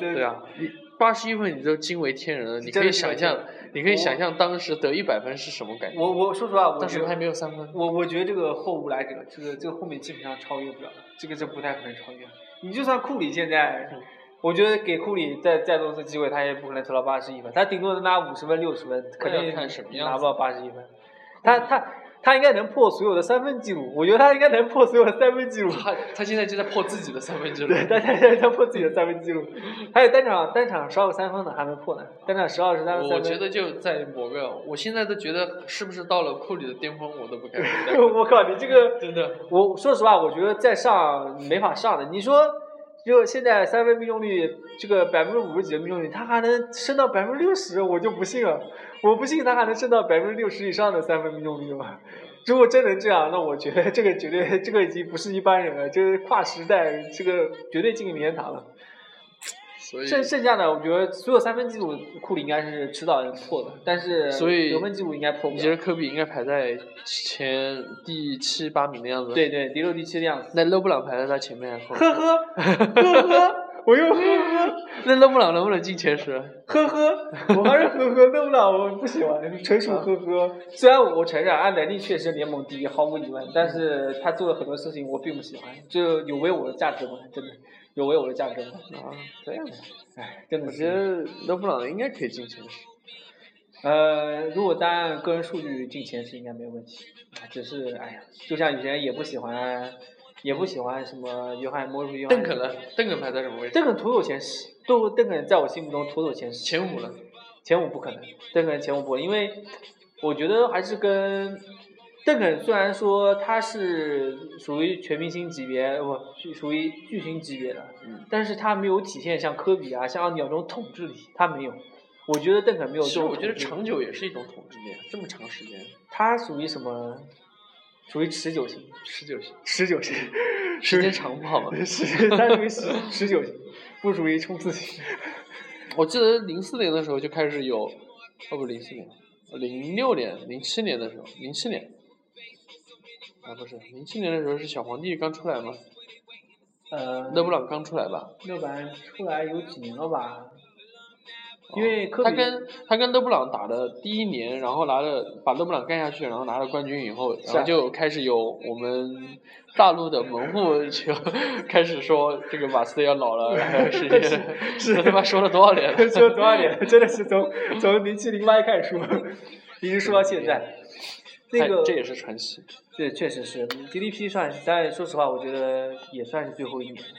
Speaker 2: 对
Speaker 3: 对啊，你八十一分你都惊为天人了，你
Speaker 2: 真
Speaker 3: 可
Speaker 2: 的
Speaker 3: 以想
Speaker 2: 惊为天
Speaker 3: 象，你可以
Speaker 2: 我
Speaker 3: 想象当时得一百分是什么感觉。
Speaker 2: 我我说实话，我
Speaker 3: 当
Speaker 2: 觉
Speaker 3: 时还
Speaker 2: 得
Speaker 3: 没有三分。
Speaker 2: 我我觉得这个后无来者，这个这个后面基本上超越不了，这个这不太可能超越。你就算库里现在
Speaker 3: 嗯，
Speaker 2: 我觉得给库里再再多次机会，他也不可能投到八十一分，他顶多能拿五十分、六十分，肯
Speaker 3: 要
Speaker 2: 定
Speaker 3: 看什么样
Speaker 2: 拿
Speaker 3: 子
Speaker 2: 不到八十一分。他他他应该能破所有的三分记录，我觉得他应该能破所有的三分记录。
Speaker 3: 他他现在就在破自己的三分 之
Speaker 2: 对，
Speaker 3: 零。
Speaker 2: 他他他他破自己的三分记录，还有单场单场十二个三分的还没破呢，单场十二十三个
Speaker 3: 我
Speaker 2: 三分。
Speaker 3: 觉得就在某个，我现在都觉得是不是到了库里的巅峰，我都 不敢再。
Speaker 2: 我靠，你这个，
Speaker 3: 真的，
Speaker 2: 我说实话，我觉得再上没法上的。你说，就现在三分命中率这个百分之五十几的命中率，他还能升到百分之六十，我就不信了。我不信他还能升到百分之六十以上的三分命中率吧？如果真能这样，那我觉得这个绝对，这个已经不是一般人了，就是跨时代，这个绝对进名人堂了。
Speaker 3: 所以
Speaker 2: 剩剩下的，我觉得所有三分记录，库里应该是迟早能破的，但是
Speaker 3: 所以
Speaker 2: 得分记录应该破不
Speaker 3: 你觉得
Speaker 2: 了。
Speaker 3: 科比应该排在前第七八名的样子？。
Speaker 2: 对对，第六、第七的样子。
Speaker 3: 那勒布朗排在他前面还是后 面？
Speaker 2: 呵呵呵呵，我又呵呵
Speaker 3: 那勒布朗能不能进前十？啊
Speaker 2: 呵呵，我还是呵呵，弄不了，我不喜欢，纯属呵呵。虽然我承认安德利确实联盟第一，毫无疑问，但是他做了很多事情我并不喜欢，这有违我的价值观，真的有违我的价值观。
Speaker 3: 啊，
Speaker 2: 这样的，哎，真的
Speaker 3: 我觉
Speaker 2: 是。
Speaker 3: 得勒布朗应该可以进前十。
Speaker 2: 呃，如果单按个人数据进前十应该没有问题，啊，只是哎呀，就像以前也不喜欢，也不喜欢什么约翰莫瑞、约翰
Speaker 3: 邓肯呢？邓肯排在什么位置？
Speaker 2: 邓肯徒手前十，都邓肯在我心目中徒手前十，
Speaker 3: 前五了。
Speaker 2: 前五不可能，邓肯前五不可能，因为我觉得还是跟邓肯虽然说他是属于全明星级别，不是属于巨星级别的，
Speaker 3: 嗯
Speaker 2: 但是他没有体现像科比啊、像奥尼尔这种统治力，他没有。我觉得邓肯没有这
Speaker 3: 其实
Speaker 2: 种
Speaker 3: 我
Speaker 2: 统治
Speaker 3: 觉
Speaker 2: 力。
Speaker 3: 得长久也是一种统治力，啊，这么长时间，
Speaker 2: 他属于什么？属于持久型，
Speaker 3: 持久性，
Speaker 2: 持久 型，
Speaker 3: 时间长不 好吗？
Speaker 2: 是他属于持持久型，不属于冲刺 型。
Speaker 3: 我记得零四年的时候就开始有，哦不，零四年，零六年、零七年的时候，零七年，啊不是，零七年的时候是小皇帝刚出来嘛，
Speaker 2: 呃，
Speaker 3: 勒布朗刚出来吧？
Speaker 2: 六版出来有几年了吧？
Speaker 3: 哦
Speaker 2: 因为科
Speaker 3: 他
Speaker 2: 比
Speaker 3: 跟他跟勒布朗打的第一年，然后拿了把勒布朗干下去，然后拿了冠军以后，然
Speaker 2: 是
Speaker 3: 后
Speaker 2: 啊
Speaker 3: 就开始有我们大陆的门户就 开始说这个马刺要老了，然后是
Speaker 2: 是
Speaker 3: 这他妈说了多少年 了？
Speaker 2: 说多少年了？真的是 从从零七零八开始说，一直说到现在。那
Speaker 3: 哎
Speaker 2: 个
Speaker 3: 这也是传奇。
Speaker 2: 对，确实是 GDP 算是，但说实话，我觉得也算是最后一年了。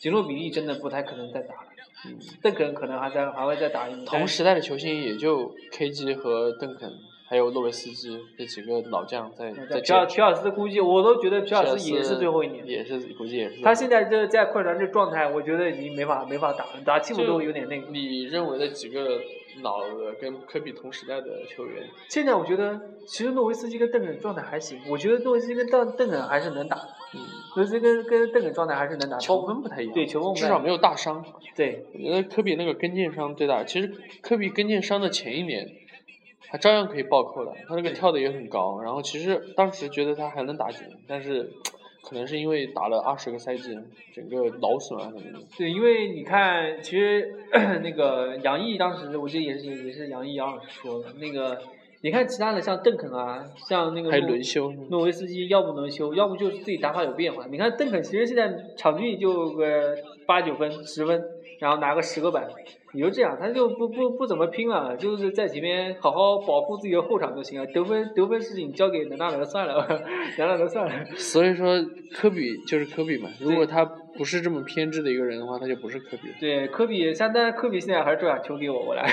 Speaker 2: 吉诺比利真的不太可能再打了，
Speaker 3: 嗯，
Speaker 2: 邓肯可能还在还会再打一年。
Speaker 3: 同时代的球星也就 KG 和邓肯，还有诺维斯基这几个老将在
Speaker 2: 但是
Speaker 3: 在
Speaker 2: 皮尔
Speaker 3: 接
Speaker 2: 皮尔斯估计我都觉得皮
Speaker 3: 皮嗯
Speaker 2: 尔斯也是最后一年。
Speaker 3: 也是估计也是。
Speaker 2: 他现在这在快船这状态，我觉得已经没法没法打了，打替补
Speaker 3: 就
Speaker 2: 都有点那个。
Speaker 3: 你认为的几个老的跟科比同时代的球员？
Speaker 2: 现在我觉得，其实诺维斯基跟邓肯状态还行，我觉得诺维斯基跟邓邓肯还是能打的，
Speaker 3: 嗯，
Speaker 2: 诺维斯基跟跟邓肯状态还是能打的。
Speaker 3: 球风不太一样，
Speaker 2: 啊对球风不
Speaker 3: 至
Speaker 2: 太
Speaker 3: 少没有大伤。
Speaker 2: 对
Speaker 3: 我觉得科比那个跟腱伤最大，其实科比跟腱伤的前一年，他照样可以暴扣的，他那个跳的也很高。然后其实当时觉得他还能打几年，但是可能是因为打了二十个赛季，整个劳损啊什么的。
Speaker 2: 对，因为你看，其实 那个杨毅当时，我记得也是也是杨毅杨老师说的那个，你看其他的像邓肯啊，像那个
Speaker 3: 还有
Speaker 2: 诺
Speaker 3: 轮休，
Speaker 2: 诺维斯基，要不轮休，要不就是自己打法有变化。你看邓肯其实现在场均也就个八九分、十分，然后拿个十个板，也就这样，他就不不不怎么拼了，就是在前面好好保护自己的后场就行了。得分得分事情交给南纳德算了，南纳德算了。
Speaker 3: 所以说科比就是科比嘛。如果他不是这么偏执的一个人的话，他就不是科比了。
Speaker 2: 对，科比，像但是科比现在还是照样球给我，我来，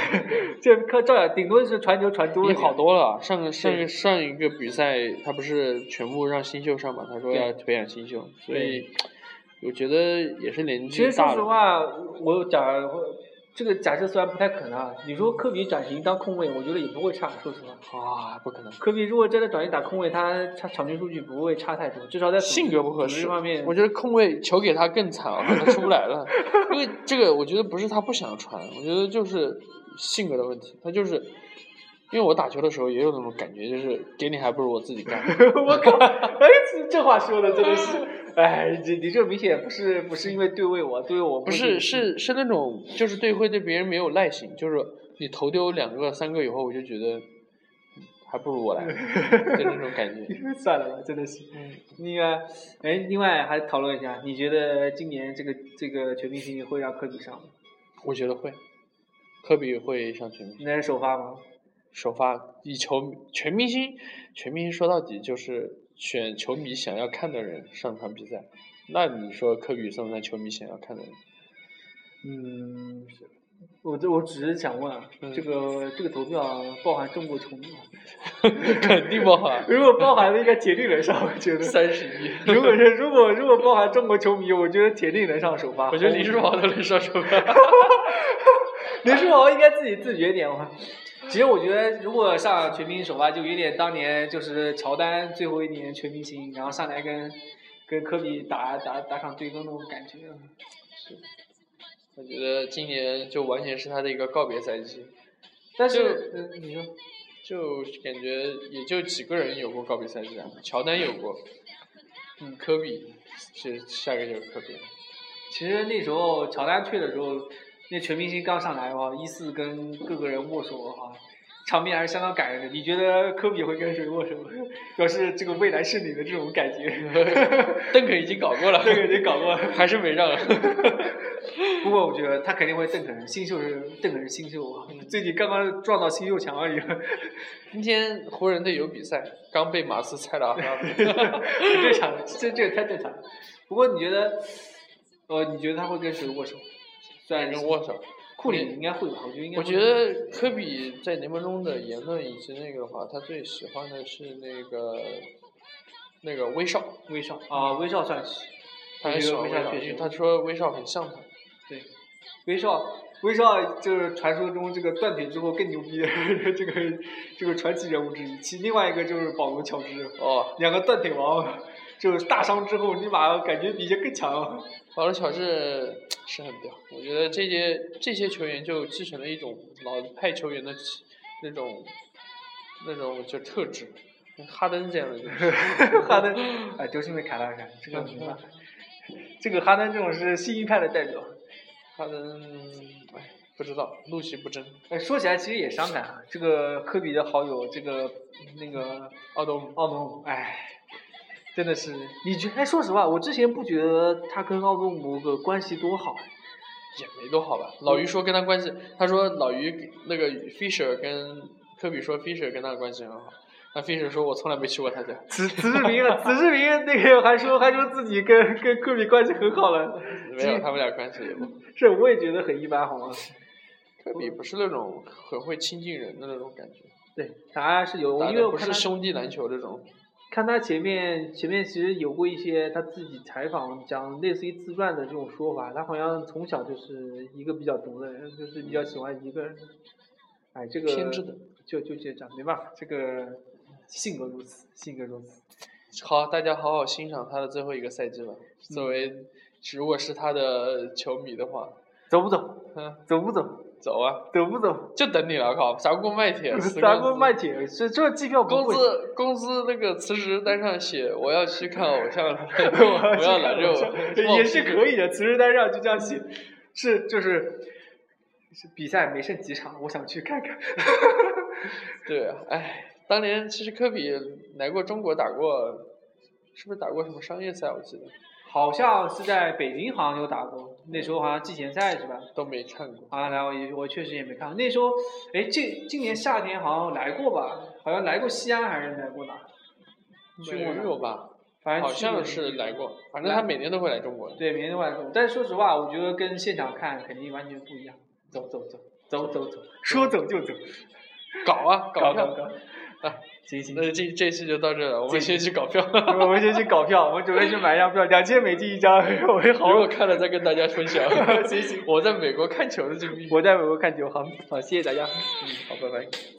Speaker 2: 这科照样顶多是传球传多
Speaker 3: 你
Speaker 2: 一
Speaker 3: 好
Speaker 2: 点。
Speaker 3: 多了啊，上个上个上一个比赛，他不是全部让新秀上嘛？他说
Speaker 2: 对
Speaker 3: 要培养新秀，所以我觉得也是年
Speaker 2: 其
Speaker 3: 纪
Speaker 2: 实说
Speaker 3: 大
Speaker 2: 实
Speaker 3: 了。
Speaker 2: 话，我假这个假设虽然不太可能，啊，你说科比转型当控卫，我觉得也不会差。说实话，
Speaker 3: 啊，不可能，
Speaker 2: 科比如果真的转型打控卫，他他场均数据不会差太多，至少在组织
Speaker 3: 性格不合
Speaker 2: 组织
Speaker 3: 适。
Speaker 2: 方面
Speaker 3: 我，觉得控卫球给他更惨啊，他出不来 了。因为这个，我觉得不是他不想传，我觉得就是性格的问题。他就是，因为我打球的时候也有那种感觉，就是给你还不如我自己 干。
Speaker 2: 我靠，哎，这这话说的真的是，哎，你你这明显不是不是因为对位我，对位我
Speaker 3: 不是，是是那种，就是对会对别人没有耐心，就是你头丢两个三个以后，我就觉得还不 如我来，就那种感觉。
Speaker 2: 算了吧，真的是。
Speaker 3: 嗯，
Speaker 2: 那个，哎，另外还讨论一下，你觉得今年这个这个全明星会让科比上吗？
Speaker 3: 我觉得会，科比会上全明
Speaker 2: 你
Speaker 3: 星，
Speaker 2: 能首发吗？
Speaker 3: 首发以球全明星，全明星说到底就是选球迷想要看的人上场比赛。那你说科比算不算球迷想要看的人？
Speaker 2: 嗯，是我这我只是想问啊，
Speaker 3: 嗯
Speaker 2: 这个这个投票包含中国球 迷吗？
Speaker 3: 肯定不好，
Speaker 2: 如果包含的，应该铁定能上，我觉得。
Speaker 3: 三十一。
Speaker 2: 如果是如果如果包含中国球迷，我觉得铁定能上首发。
Speaker 3: 我觉得林书豪 都能上首发。
Speaker 2: 林书豪应该自己自觉点吧。其实我觉得，如果上全明星首发，就有点当年就是乔丹最后一年全明星，然后上来跟跟科比打打打场对攻那种感觉。
Speaker 3: 我觉得今年就完全是他的一个告别赛季，
Speaker 2: 但是，嗯、你说，
Speaker 3: 就感觉也就几个人有过告别赛季啊，乔丹有过，
Speaker 2: 嗯，
Speaker 3: 科比，是下个就是科比了。
Speaker 2: 其实那时候乔丹退的时候，那全明星刚上来的话，一四跟各个人握手的话，场面还是相当感人的。你觉得科比会跟谁握手？ 表示这个未来是你的这种感觉。
Speaker 3: 邓肯已经搞过了，
Speaker 2: 邓肯已经搞过了
Speaker 3: 还是没让啊。
Speaker 2: 不过我觉得他肯定会邓肯，新秀是邓肯是新秀啊，最近刚刚撞到新秀墙而已。
Speaker 3: 今天湖人队有比赛，刚被马刺菜了哈哈。
Speaker 2: 很正常，这这个太正常了。不过你觉得，呃，你觉得他会跟谁握手？虽然
Speaker 3: 跟人握手，
Speaker 2: 库里应该会吧，我觉得应该
Speaker 3: 我
Speaker 2: 会。
Speaker 3: 觉得科比在联盟中的言论以及那个的话，他最喜欢的是那个那个威少，
Speaker 2: 威少啊，威少算是，
Speaker 3: 他很
Speaker 2: 我觉
Speaker 3: 喜
Speaker 2: 得
Speaker 3: 欢
Speaker 2: 威
Speaker 3: 威
Speaker 2: 少
Speaker 3: 少，
Speaker 2: 确
Speaker 3: 因为
Speaker 2: 实，
Speaker 3: 他说威少很像他。
Speaker 2: 对，威少，威少就是传说中这个断腿之后更牛逼 的这个这个传奇人物之一，其另外一个就是保罗乔治，
Speaker 3: 哦，
Speaker 2: 两个断腿王，就是大伤之后立马感觉比以前更强 了。
Speaker 3: 保罗乔治是很屌，我觉得这些这些球员就继承了一种老派球员的气那种那种就特质，哈登这样的就是。
Speaker 2: 哈登，啊，就是因为卡塔尔，这个没办法。这个哈登这种是新一派的代表。
Speaker 3: 哈登，哎，不知道，怒其不争。
Speaker 2: 哎，说起来其实也伤感啊，这个科比的好友，这个那个
Speaker 3: 奥多姆，
Speaker 2: 奥多姆，哎，真的是，你觉哎，说实话，我之前不觉得他跟奥多姆的关系多好，
Speaker 3: 也没多好吧。老于说跟他关系，他说老于给那个 Fisher 跟科比说 Fisher 跟他的关系很好，那 Fisher 说我从来没去过他家。
Speaker 2: 此此志明啊，此志明那个还说还说自己跟跟科比关系很好了，
Speaker 3: 没有，他们俩关系也不好。
Speaker 2: 这我也觉得很一般，好吗？
Speaker 3: 科比不是那种很会亲近人的那种感觉，
Speaker 2: 对，他是有，
Speaker 3: 打
Speaker 2: 因为
Speaker 3: 的
Speaker 2: 我
Speaker 3: 不
Speaker 2: 看他
Speaker 3: 是兄弟篮球这种。
Speaker 2: 看他前面前面其实有过一些他自己采访讲类似于自传的这种说法，他好像从小就是一个比较独的人，就是比较喜欢一个人。哎，这个
Speaker 3: 偏执的
Speaker 2: 就就这样，没办法，这个性格如此，性格如此。
Speaker 3: 好，大家好好欣赏他的最后一个赛季吧。作为如果是他的球迷的话，
Speaker 2: 走不走？
Speaker 3: 嗯，
Speaker 2: 走不走？
Speaker 3: 走啊，
Speaker 2: 走不走？
Speaker 3: 就等你了，我靠，砸锅卖 铁，死
Speaker 2: 砸
Speaker 3: 公
Speaker 2: 锅
Speaker 3: 子
Speaker 2: 卖铁，这这机票不
Speaker 3: 工
Speaker 2: 贵。
Speaker 3: 资工资那个辞职单上写我要去看偶像 了，
Speaker 2: 我
Speaker 3: 不要来这 我
Speaker 2: 也是可以的。辞职单上就这样写，是就是是比赛没剩几场，我想去看看。
Speaker 3: 对，哎，当年其实科比来过中国打过，是不是打过什么商业赛？我记得
Speaker 2: 好像是在北京，好像有打过，那时候好像季前赛是吧？
Speaker 3: 都没看过。
Speaker 2: 啊，然后也我确实也没看过，那时候，哎，这今年夏天好像来过吧？好像来过西安还是来过哪？去
Speaker 3: 没
Speaker 2: 过哪
Speaker 3: 有吧？
Speaker 2: 反正
Speaker 3: 好
Speaker 2: 去
Speaker 3: 像
Speaker 2: 过
Speaker 3: 是来。过，反正
Speaker 2: 来
Speaker 3: 他每年都会来中国的。
Speaker 2: 对，每天都来过。但是说实话，我觉得跟现场看肯定完全不一样。走走走，走走走，说走就走，
Speaker 3: 嗯搞啊，
Speaker 2: 搞
Speaker 3: 票！
Speaker 2: 搞。
Speaker 3: 啊，
Speaker 2: 行行，
Speaker 3: 那这这期就到这了，我们先去搞票。
Speaker 2: 我们先去搞票，我们准备去买一张票，两千美金一张， 我会 好
Speaker 3: 如。果看了再跟大家 分享
Speaker 2: 行行。
Speaker 3: 我在美国看球的经历。
Speaker 2: 我在美国看球，好好，谢谢大家。
Speaker 3: 嗯，好，拜拜。